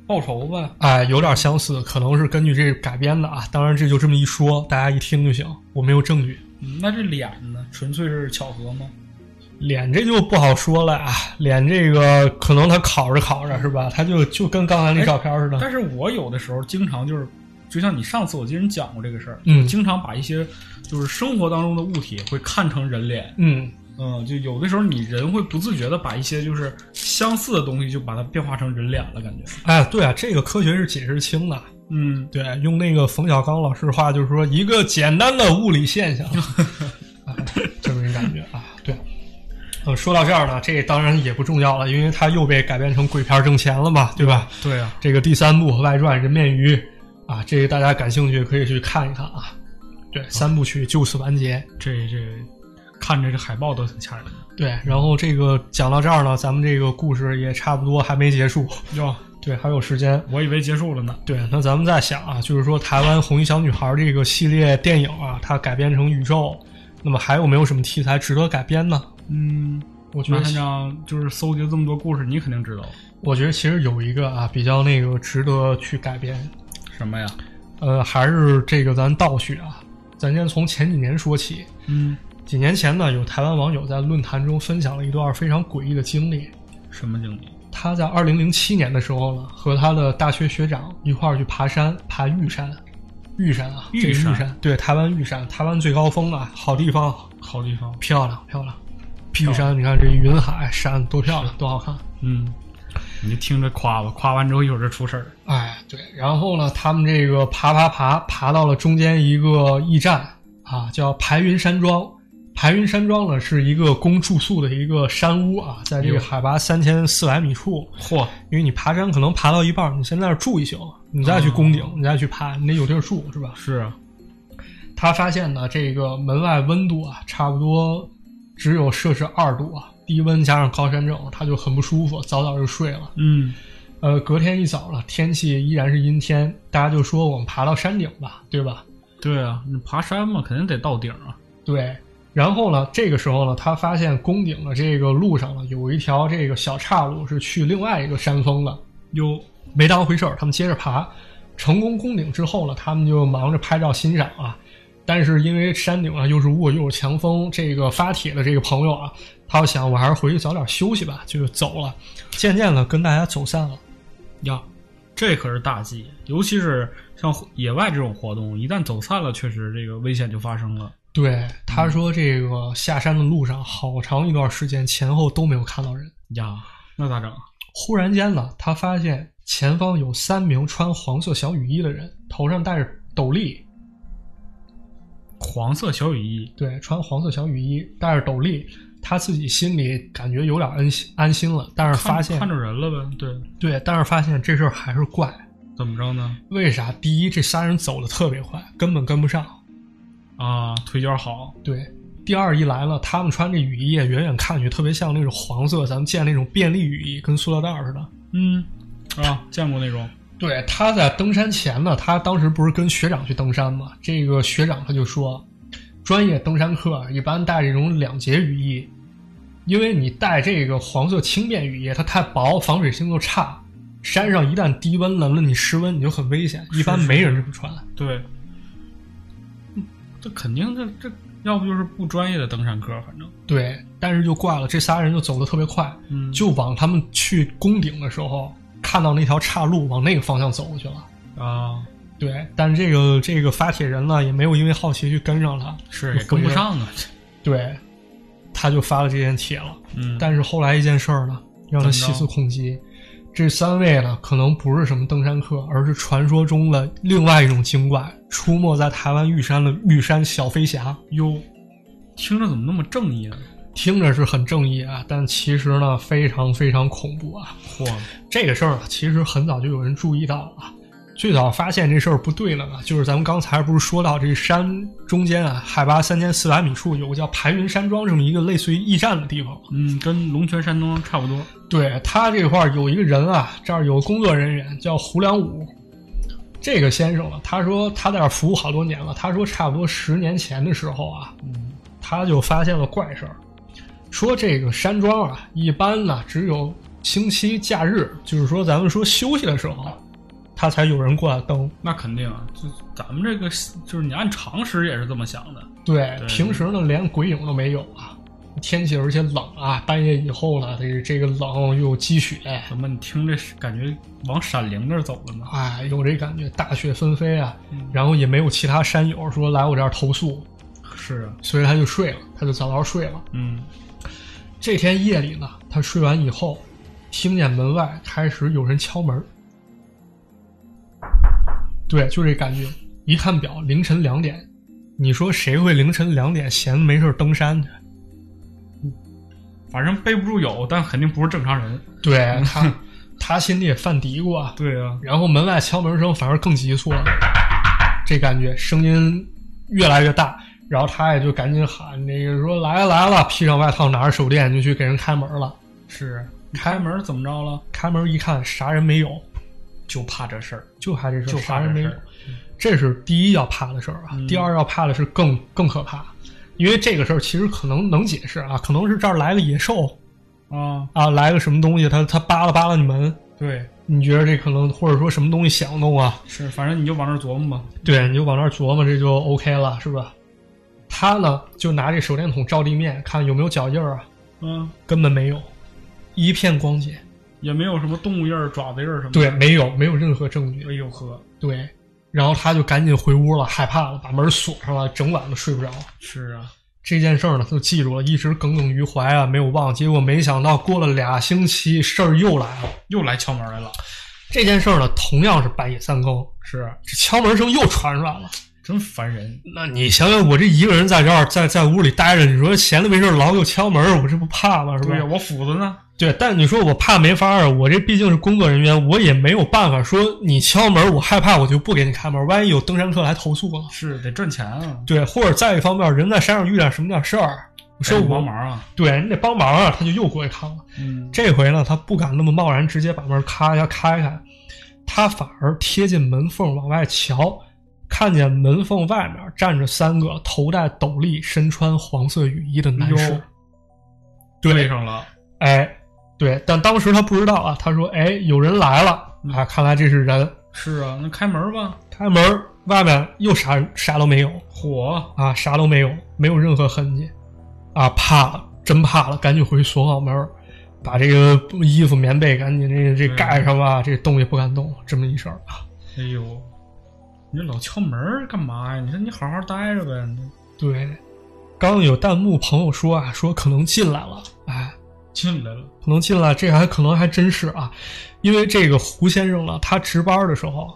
Speaker 3: 报仇呗。
Speaker 2: 哎，有点相似，可能是根据这改编的啊。当然，这就这么一说，大家一听就行，我没有证据。
Speaker 3: 嗯那这脸呢？纯粹是巧合吗？
Speaker 2: 脸这就不好说了啊，脸这个可能他烤着烤着是吧，他就就跟刚才那照片似的，
Speaker 3: 但是我有的时候经常就是，就像你上次我记得你讲过这个事儿，
Speaker 2: 嗯
Speaker 3: 我经常把一些就是生活当中的物体会看成人脸，
Speaker 2: 嗯，
Speaker 3: 嗯，就有的时候你人会不自觉的把一些就是相似的东西就把它变化成人脸了，感觉，
Speaker 2: 哎，对啊，这个科学是解释清的，
Speaker 3: 嗯，
Speaker 2: 对，用那个冯小刚老师的话就是说，一个简单的物理现象，啊这么一个感觉啊。对，呃，说到这儿呢，这当然也不重要了，因为它又被改编成鬼片挣钱了嘛，对吧？
Speaker 3: 对啊，
Speaker 2: 这个第三部外传《人面鱼》啊，这个大家感兴趣可以去看一看啊。对，三部曲就此完结。
Speaker 3: 这这看着这海报都挺吓人的，
Speaker 2: 对，然后这个讲到这儿呢，咱们这个故事也差不多还没结束。
Speaker 3: 哟，
Speaker 2: 对，还有时间。
Speaker 3: 我以为结束了呢，
Speaker 2: 对，那咱们再想啊，就是说台湾《红衣小女孩》这个系列电影啊，它改编成宇宙，那么还有没有什么题材值得改编呢？
Speaker 3: 嗯，
Speaker 2: 我觉
Speaker 3: 那
Speaker 2: 得
Speaker 3: 看
Speaker 2: 其，
Speaker 3: 上就是搜集这么多故事，你肯定知道
Speaker 2: 我觉得其实有一个啊，比较那个值得去改编，
Speaker 3: 什么呀？
Speaker 2: 呃，还是这个咱倒叙啊，咱先从前几年说起。
Speaker 3: 嗯，
Speaker 2: 几年前呢，有台湾网友在论坛中分享了一段非常诡异的经历。
Speaker 3: 什么经理？
Speaker 2: 他在2007年的时候呢，和他的大学学长一块儿去爬山，爬玉山，玉山啊，
Speaker 3: 玉
Speaker 2: 这个
Speaker 3: 山
Speaker 2: 玉山，对，台湾玉山，台湾最高峰啊，好地方，
Speaker 3: 好地方，
Speaker 2: 漂亮漂亮。玉山，你看这云海山多漂亮，多好看。
Speaker 3: 嗯，你就听着夸吧，夸完之后一会儿就出事儿。
Speaker 2: 哎，对，然后呢，他们这个爬爬爬爬到了中间一个驿站啊，叫排云山庄。排云山庄呢是一个供住宿的一个山屋啊，在这个
Speaker 3: 哟
Speaker 2: 海拔三千四百米处。
Speaker 3: 嚯，
Speaker 2: 因为你爬山可能爬到一半儿，你先在那儿住一宿，你再去攻顶，
Speaker 3: 哦
Speaker 2: 你再去爬，你得有地儿住是吧？
Speaker 3: 是啊，
Speaker 2: 他发现呢，这个门外温度啊，差不多只有摄氏二度啊，低温加上高山症，他就很不舒服，早早就睡了。
Speaker 3: 嗯，
Speaker 2: 呃，隔天一早了，天气依然是阴天，大家就说我们爬到山顶吧，对吧？
Speaker 3: 对啊，你爬山嘛，肯定得到顶啊。
Speaker 2: 对。然后呢，这个时候呢，他发现宫顶的这个路上呢，有一条这个小岔路是去另外一个山峰的，
Speaker 3: 哟，
Speaker 2: 没当回事儿，他们接着爬。成功攻顶之后呢，他们就忙着拍照欣赏啊。但是因为山顶啊上又是雾又有强风，这个发帖的这个朋友啊，他就想我还是回去早点休息吧，就走了。渐渐的跟大家走散了。
Speaker 3: 呀，这可是大忌，尤其是像野外这种活动，一旦走散了，确实这个危险就发生了。
Speaker 2: 对，他说这个下山的路上好长一段时间前后都没有看到人。
Speaker 3: 呀，那咋整？
Speaker 2: 忽然间呢，他发现前方有三名穿黄色小雨衣的人，头上戴着斗笠，
Speaker 3: 黄色小雨衣，
Speaker 2: 对，穿黄色小雨衣，戴着斗笠，他自己心里感觉有点安心安心了，但是
Speaker 3: 看
Speaker 2: 发现
Speaker 3: 看着人了呗。对，
Speaker 2: 对，但是发现这事儿还是怪，
Speaker 3: 怎么着呢？
Speaker 2: 为啥？第一，这仨人走的特别快，根本跟不上；
Speaker 3: 啊，腿脚好，
Speaker 2: 对，第二一来了，他们穿这雨衣，啊远远看去特别像那种黄色，咱们见那种便利雨衣，跟塑料袋儿似的。
Speaker 3: 嗯，啊，见过那种，
Speaker 2: 对，他在登山前呢，他当时不是跟学长去登山嘛？这个学长他就说，专业登山客一般带这种两节雨衣，因为你带这个黄色轻便雨衣，它太薄，防水性又差，山上一旦低温冷了你失温，你就很危险，
Speaker 3: 是
Speaker 2: 一般没人这么穿。
Speaker 3: 对，嗯这肯定这这，要不就是不专业的登山客，反正，
Speaker 2: 对，但是就怪了，这仨人就走得特别快，
Speaker 3: 嗯
Speaker 2: 就往他们去攻顶的时候看到那条岔路往那个方向走过去了。
Speaker 3: 啊，
Speaker 2: 对，但是这个这个发帖人呢，也没有因为好奇去跟上他，
Speaker 3: 是
Speaker 2: 就
Speaker 3: 也跟不
Speaker 2: 回来
Speaker 3: 上啊，
Speaker 2: 对，他就发了这件帖了。
Speaker 3: 嗯，
Speaker 2: 但是后来一件事儿呢，让他细思恐极。这三位呢，可能不是什么登山客，而是传说中的另外一种精怪，出没在台湾玉山的玉山小飞侠。
Speaker 3: 哟，听着怎么那么正义啊呢？
Speaker 2: 听着是很正义啊，但其实呢，非常非常恐怖啊。
Speaker 3: 嚯，
Speaker 2: 这个事儿啊，其实很早就有人注意到了啊，最早发现这事儿不对了嘛，就是咱们刚才不是说到这山中间啊，海拔三千四百米处有个叫排云山庄这么一个类似于驿站的地方。
Speaker 3: 嗯，跟龙泉山庄差不多。
Speaker 2: 对他这块儿有一个人啊，这儿有工作人员叫胡良武，这个先生啊，他说他在这儿服务好多年了，他说差不多十年前的时候啊，
Speaker 3: 嗯
Speaker 2: 他就发现了怪事儿，说这个山庄啊，一般呢只有星期假日，就是说咱们说休息的时候，他才有人过来登。
Speaker 3: 那肯定啊，就咱们这个就是你按常识也是这么想的。
Speaker 2: 对，
Speaker 3: 对
Speaker 2: 平时呢连鬼影都没有啊，天气而且冷啊，半夜以后呢，这个这个冷又有积雪，
Speaker 3: 怎么你听这感觉往闪灵那儿走了呢？
Speaker 2: 哎，有这感觉，大雪纷飞啊
Speaker 3: 嗯，
Speaker 2: 然后也没有其他山友说来我这儿投诉，
Speaker 3: 是啊，
Speaker 2: 所以他就睡了，他就早早睡了。
Speaker 3: 嗯，
Speaker 2: 这天夜里呢，他睡完以后，听见门外开始有人敲门。对，就这感觉。一看表，凌晨两点。你说谁会凌晨两点闲着没事儿登山去？
Speaker 3: 反正背不住有，但肯定不是正常人。
Speaker 2: 对他，他心里也犯嘀咕啊。
Speaker 3: 对啊，
Speaker 2: 然后门外敲门声反而更急促了，这感觉声音越来越大，然后他也就赶紧喊那个说来了来了，披上外套拿着手电就去给人开门了。
Speaker 3: 是啊开门怎么着了？
Speaker 2: 开门一看啥人没有，
Speaker 3: 就怕这事儿。
Speaker 2: 就怕这事儿，
Speaker 3: 就
Speaker 2: 啥
Speaker 3: 怕
Speaker 2: 人没
Speaker 3: 这事
Speaker 2: 有
Speaker 3: 儿。
Speaker 2: 这是第一要怕的事儿啊，
Speaker 3: 嗯
Speaker 2: 第二要怕的是更更可怕，因为这个事儿其实可能能解释啊，可能是这儿来个野兽
Speaker 3: 啊，
Speaker 2: 啊，来个什么东西，它它扒拉扒拉你门，
Speaker 3: 对，
Speaker 2: 你觉得这可能或者说什么东西响动啊，
Speaker 3: 是，反正你就往那儿琢磨吧。
Speaker 2: 对，你就往那儿琢磨，这就 OK 了，是吧？他呢，就拿这手电筒照地面，看有没有脚印儿啊，
Speaker 3: 嗯，
Speaker 2: 根本没有，一片光洁。
Speaker 3: 也没有什么动物印儿、爪子印儿什么的。
Speaker 2: 对，没有，没有任何证据。
Speaker 3: 哎呦呵，
Speaker 2: 对，然后他就赶紧回屋了，害怕了，把门锁上了，整晚都睡不着。
Speaker 3: 是啊，
Speaker 2: 这件事儿呢，他就记住了，一直耿耿于怀啊，没有忘。结果没想到过了俩星期，事儿又来了。
Speaker 3: 又来敲门来了。
Speaker 2: 这件事儿呢，同样是半夜三更，
Speaker 3: 是，
Speaker 2: 这敲门声又传出来了。
Speaker 3: 真烦人。
Speaker 2: 那你想想，我这一个人在这儿，在在屋里待着，你说闲的没事儿老给我敲门儿，我这不怕吗？是吧
Speaker 3: 对？呀，我斧子呢？
Speaker 2: 对，但你说我怕没法儿，我这毕竟是工作人员，我也没有办法说你敲门儿，我害怕我就不给你开门儿，万一有登山客来投诉了。
Speaker 3: 是得赚钱啊，
Speaker 2: 对，或者再一方面，人在山上遇点什么点事儿，我说
Speaker 3: 得
Speaker 2: 我
Speaker 3: 帮，忙啊。
Speaker 2: 对你得帮忙啊，他就又过去看了。
Speaker 3: 嗯，
Speaker 2: 这回呢，他不敢那么贸然直接把门咔一下开开，他反而贴近门缝往外瞧，看见门缝外面站着三个头戴斗笠、身穿黄色雨衣的男士
Speaker 3: 哟。对
Speaker 2: 对，
Speaker 3: 上了。
Speaker 2: 哎，对，但当时他不知道啊，他说：“哎，有人来了
Speaker 3: 嗯
Speaker 2: 啊，看来这是人。
Speaker 3: 是啊，那开门吧。”
Speaker 2: 开门，外面又啥人啥都没有
Speaker 3: 火，
Speaker 2: 啊，啥都没有，没有任何痕迹啊，怕了，真怕了，赶紧回去锁好门儿。把这个衣服、棉被赶紧这这
Speaker 3: 嗯
Speaker 2: 盖上吧，这东西不敢动，这么一事儿啊。
Speaker 3: 哎呦，你这老敲门儿干嘛呀？你说你好好待着呗。你
Speaker 2: 对，刚有弹幕朋友说啊，说可能进来了，哎，
Speaker 3: 进来了，
Speaker 2: 可能进来，这还可能还真是啊，因为这个胡先生呢，他值班的时候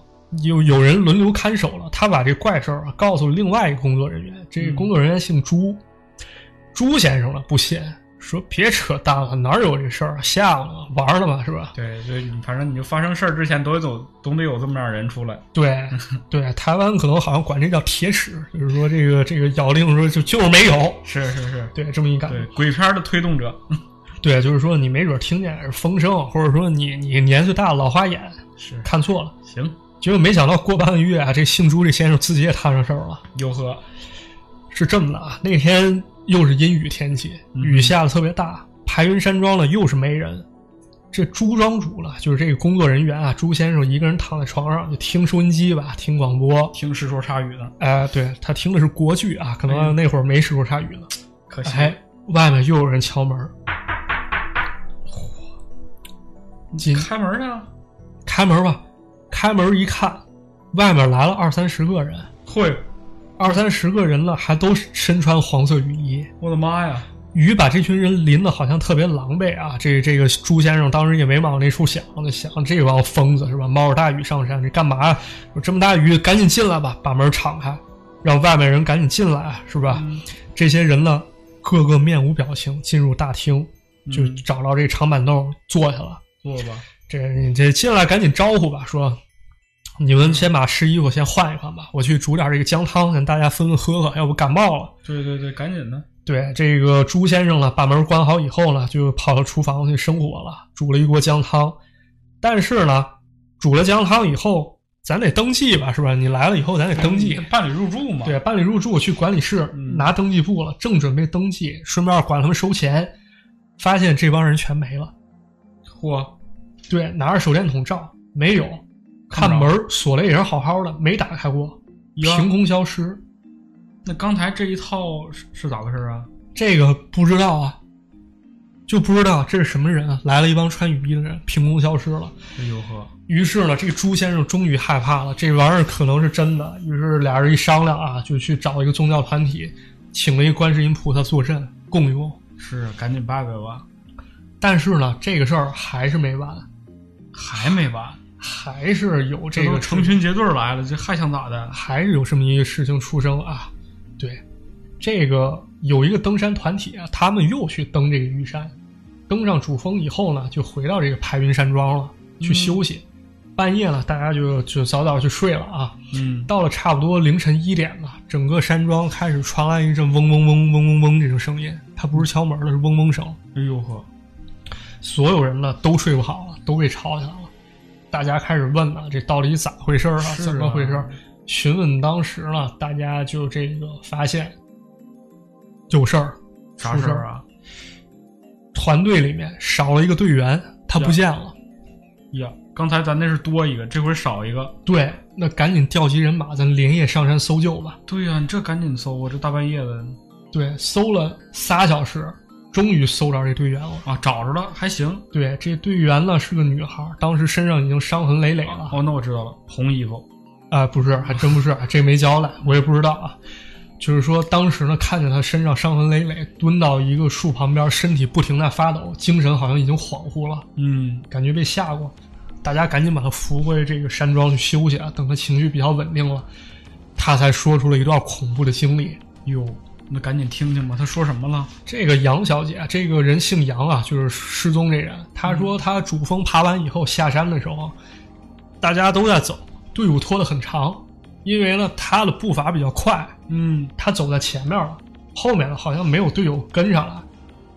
Speaker 2: 有有人轮流看守了，他把这怪事儿啊告诉另外一个工作人员，这个
Speaker 3: 嗯
Speaker 2: 工作人员姓朱，朱先生呢不信，说别扯淡了，哪有这事儿啊，吓我呢，玩儿呢嘛，是吧？
Speaker 3: 对对，你反正你就发生事儿之前，都得有总得有这么样人出来。
Speaker 2: 对对，台湾可能好像管这叫铁齿，就是说这个这个咬定说就就是没有，
Speaker 3: 是是是，
Speaker 2: 对，这么一感觉
Speaker 3: 对。鬼片儿的推动者。
Speaker 2: 对，就是说你没准听见是风声，或者说你你年岁大老花眼
Speaker 3: 是，
Speaker 2: 看错了。
Speaker 3: 行，
Speaker 2: 结果没想到过半个月啊，这姓朱这先生自己也摊上事儿了。
Speaker 3: 呦呵，
Speaker 2: 是这么的啊，那天又是阴雨天气，
Speaker 3: 嗯
Speaker 2: 雨下的特别大，排云山庄呢又是没人。这朱庄主了，就是这个工作人员啊，朱先生一个人躺在床上就听收音机吧，听广播。
Speaker 3: 听世说差语呢，
Speaker 2: 哎、对他听的是国剧啊，可能那会儿没时候下雨呢。
Speaker 3: 可惜。
Speaker 2: 哎，外面又有人敲门儿，紧
Speaker 3: 开门啊呢？
Speaker 2: 开门吧，开门一看，外面来了二三十个人，
Speaker 3: 会，
Speaker 2: 二三十个人了，还都身穿黄色雨衣。
Speaker 3: 我的妈呀！
Speaker 2: 雨把这群人淋得好像特别狼狈啊！这这个朱先生当时也没往那处想，就想这帮疯子是吧？冒着大雨上山，这干嘛呀？啊有这么大雨，赶紧进来吧，把门敞开，让外面人赶紧进来，啊是吧？
Speaker 3: 嗯
Speaker 2: 这些人呢，个个面无表情，进入大厅，就
Speaker 3: 嗯
Speaker 2: 找到这长板凳坐下了。
Speaker 3: 坐吧。
Speaker 2: 这你这进来赶紧招呼吧，说你们先把湿衣服先换一换吧，我去煮点这个姜汤，让大家分分喝喝，要不感冒了。
Speaker 3: 对对对，赶紧的。
Speaker 2: 对，这个朱先生呢，把门关好以后呢，就跑到厨房去生火了，煮了一锅姜汤。但是呢，煮了姜汤以后，咱得登记吧，是吧？你来了以后，咱得登记。
Speaker 3: 办理入住嘛。
Speaker 2: 对，啊办理入住去管理室
Speaker 3: 嗯
Speaker 2: 拿登记簿了，正准备登记，顺便管他们收钱，发现这帮人全没了。
Speaker 3: 嚯，
Speaker 2: 对，拿着手电筒照，没有，
Speaker 3: 看
Speaker 2: 看
Speaker 3: 不着
Speaker 2: 门儿锁了也是好好的，没打开过，
Speaker 3: 呀
Speaker 2: 凭空消失。
Speaker 3: 那刚才这一套是是咋回事啊？
Speaker 2: 这个不知道啊，就不知道这是什么人啊！来了一帮穿雨衣的人，凭空消失了。
Speaker 3: 哎呦呵，
Speaker 2: 于是呢，这个朱先生终于害怕了，这玩意儿可能是真的。于是俩人一商量啊，就去找一个宗教团体，请了一个观世音菩萨坐镇供用。
Speaker 3: 是赶紧办办吧，
Speaker 2: 但是呢，这个事儿还是没完，
Speaker 3: 还没完，
Speaker 2: 还是有这
Speaker 3: 都
Speaker 2: 个嗯
Speaker 3: 成群结队来了，这还想咋的？
Speaker 2: 还是有这么一个事情出生啊。对，这个有一个登山团体啊，他们又去登这个玉山，登上主峰以后呢，就回到这个排云山庄了，去休息。半夜呢，大家就就早早去睡了啊。
Speaker 3: 嗯，
Speaker 2: 到了差不多凌晨一点了，整个山庄开始传来一阵嗡嗡嗡嗡嗡嗡这种声音，它不是敲门了，是嗡嗡声。
Speaker 3: 哎呦呵，
Speaker 2: 所有人呢都睡不好了，都被吵起来了。大家开始问呢，这到底咋回事儿啊？
Speaker 3: 是啊
Speaker 2: 怎么回事儿？询问当时呢，大家就这个发现有事儿，
Speaker 3: 啥
Speaker 2: 出
Speaker 3: 事
Speaker 2: 事
Speaker 3: 儿？啊？
Speaker 2: 团队里面少了一个队员，他不见了。
Speaker 3: 呀，刚才咱那是多一个，这回少一个。
Speaker 2: 对，那赶紧调集人马，咱连夜上山搜救吧。
Speaker 3: 对呀、你这赶紧搜啊，这大半夜的
Speaker 2: 对，搜了仨小时，终于搜着这队员了。
Speaker 3: 啊，找着了，还行。
Speaker 2: 对，这队员呢是个女孩，当时身上已经伤痕累累了。
Speaker 3: 哦，那我知道了，红衣服。
Speaker 2: 啊，不是，还真不是，这没交代，我也不知道啊。就是说，当时呢，看见他身上伤痕累累，蹲到一个树旁边，身体不停在发抖，精神好像已经恍惚了，
Speaker 3: 嗯，
Speaker 2: 感觉被吓过。大家赶紧把他扶回这个山庄去休息啊，等他情绪比较稳定了，他才说出了一段恐怖的经历。
Speaker 3: 哟，那赶紧听听吧，他说什么了？
Speaker 2: 这个杨小姐，啊这个人姓杨啊，就是失踪这人。她说她主峰爬完以后下山的时候，大家都在走，队伍拖得很长，因为呢她的步伐比较快，
Speaker 3: 嗯，
Speaker 2: 她走在前面了，后面呢好像没有队友跟上来。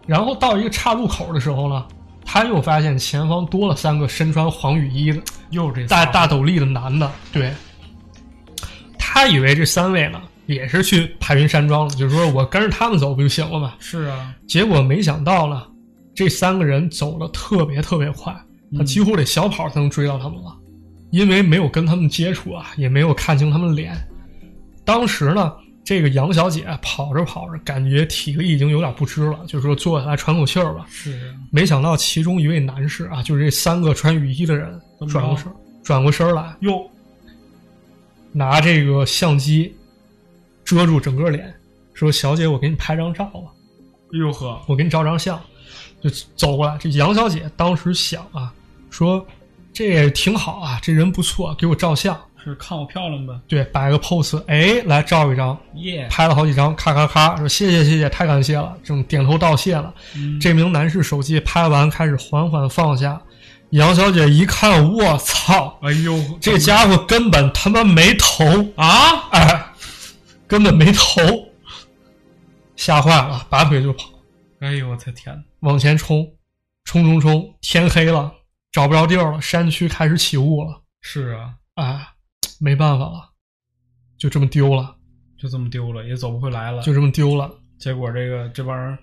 Speaker 2: 然后到一个岔路口的时候呢，她又发现前方多了三个身穿黄雨衣的
Speaker 3: 又是这
Speaker 2: 大
Speaker 3: 仨
Speaker 2: 大斗笠的男的，对。她以为这三位呢也是去排云山庄了，就是说我跟着他们走不就行了吗？
Speaker 3: 是啊，
Speaker 2: 结果没想到呢，这三个人走的特别特别快，他
Speaker 3: 嗯
Speaker 2: 几乎得小跑才能追到他们了，因为没有跟他们接触啊，也没有看清他们脸。当时呢，这个杨小姐跑着跑着，感觉体力已经有点不支了，就说坐下来喘口气儿吧。
Speaker 3: 是啊，
Speaker 2: 没想到其中一位男士啊，就是这三个穿雨衣的人，
Speaker 3: 怎么着
Speaker 2: 转过身转过身来，
Speaker 3: 哟，
Speaker 2: 拿这个相机遮住整个脸，说：“小姐，我给你拍张照吧。”
Speaker 3: 哟呵，
Speaker 2: 我给你照张相，就走过来。这杨小姐当时想啊，说这也挺好啊，这人不错，给我照相。
Speaker 3: 是看我漂亮呗？
Speaker 2: 对，摆个 pose，哎，来照一张，
Speaker 3: 耶、
Speaker 2: 拍了好几张，咔咔咔，说谢谢谢谢，太感谢了，这种点头道谢了。
Speaker 3: 嗯
Speaker 2: 这名男士手机拍完，开始缓缓放下。杨小姐一看，我操，
Speaker 3: 哎呦，
Speaker 2: 这家伙根本他妈没头，
Speaker 3: 啊，
Speaker 2: 哎，根本没头，吓坏了，拔腿就跑。
Speaker 3: 哎呦我的天呐，
Speaker 2: 往前冲，冲冲冲，天黑了，找不着地儿了，山区开始起雾了，
Speaker 3: 是啊，
Speaker 2: 哎，没办法了，就这么丢了，
Speaker 3: 就这么丢了，也走不回来了。
Speaker 2: 就这么丢了，
Speaker 3: 结果这个这帮人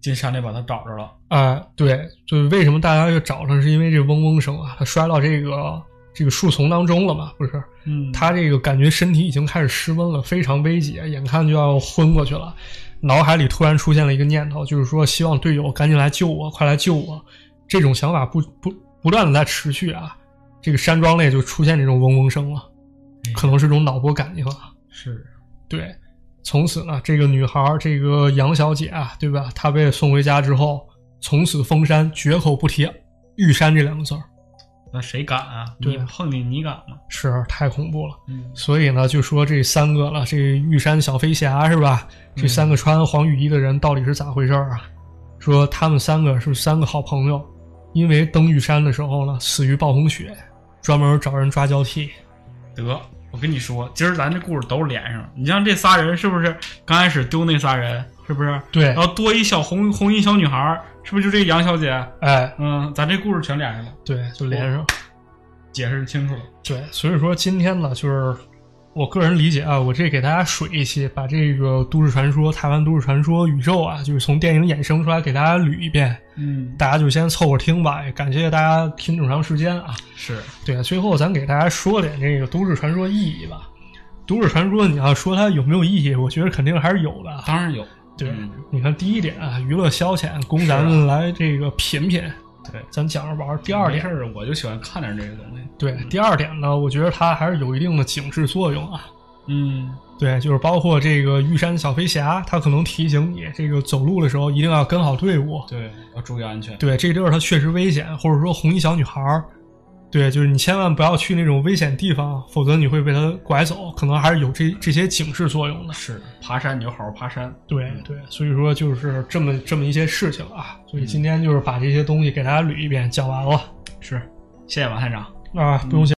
Speaker 3: 进山里把他找着了，
Speaker 2: 哎，对，就是为什么大家要找他，是因为这嗡嗡声啊，他摔到这个这个树丛当中了嘛，不是？
Speaker 3: 嗯他
Speaker 2: 他这个感觉身体已经开始失温了，非常危急，眼看就要昏过去了。脑海里突然出现了一个念头，就是说希望队友赶紧来救我，快来救我！这种想法不不不断的在持续啊。这个山庄内就出现这种嗡嗡声了，可能是种脑波感应啊。
Speaker 3: 是
Speaker 2: 对，从此呢，这个女孩儿，这个杨小姐啊，对吧？她被送回家之后，从此封山，绝口不提玉山这两个字儿，
Speaker 3: 那谁敢啊？
Speaker 2: 对
Speaker 3: 你碰你你敢吗？
Speaker 2: 是太恐怖了。
Speaker 3: 嗯，
Speaker 2: 所以呢，就说这三个了，这玉山小飞侠是吧？这三个穿黄雨衣的人到底是咋回事儿啊？说他们三个是三个好朋友，因为登玉山的时候呢，死于暴风雪，专门找人抓交替。
Speaker 3: 得，我跟你说，今儿咱这故事都连上了。你像这仨人是不是刚开始丢那仨人是不是？
Speaker 2: 对
Speaker 3: 然，后多一小红红衣小女孩儿，是不是就这个杨小姐？
Speaker 2: 哎，
Speaker 3: 嗯，咱这故事全连上了，
Speaker 2: 对，就连上。
Speaker 3: 解释清楚了。
Speaker 2: 对，所以说今天呢，就是我个人理解啊，我这给大家水一期，把这个都市传说、台湾都市传说宇宙啊，就是从电影衍生出来，给大家捋一遍，
Speaker 3: 嗯，
Speaker 2: 大家就先凑合听吧。也感谢大家听这么长时间啊。
Speaker 3: 是
Speaker 2: 对，最后咱给大家说点这个都市传说意义吧。都市传说，你要说它有没有意义，我觉得肯定还是有的啊。
Speaker 3: 当然有。
Speaker 2: 对
Speaker 3: 嗯，
Speaker 2: 你看第一点啊，娱乐消遣，供
Speaker 3: 是啊
Speaker 2: 咱们来这个品品，
Speaker 3: 对，
Speaker 2: 咱讲着玩儿。第二点
Speaker 3: 没事，儿，嗯我就喜欢看点这个东西。
Speaker 2: 对，第二点呢，我觉得它还是有一定的警示作用啊。
Speaker 3: 嗯，
Speaker 2: 对，就是包括这个玉山小飞侠，它可能提醒你，这个走路的时候一定要跟好队伍。
Speaker 3: 对，要注意安全。
Speaker 2: 对，这地儿它确实危险，或者说红衣小女孩儿，对，就是你千万不要去那种危险地方，否则你会被它拐走，可能还是有这这些警示作用的。
Speaker 3: 是爬山你就好好爬山。嗯
Speaker 2: 对对，所以说就是这么这么一些事情啊，所以今天就是把这些东西给大家捋一遍，讲完了
Speaker 3: 是，谢谢马探长。
Speaker 2: 啊，不用谢。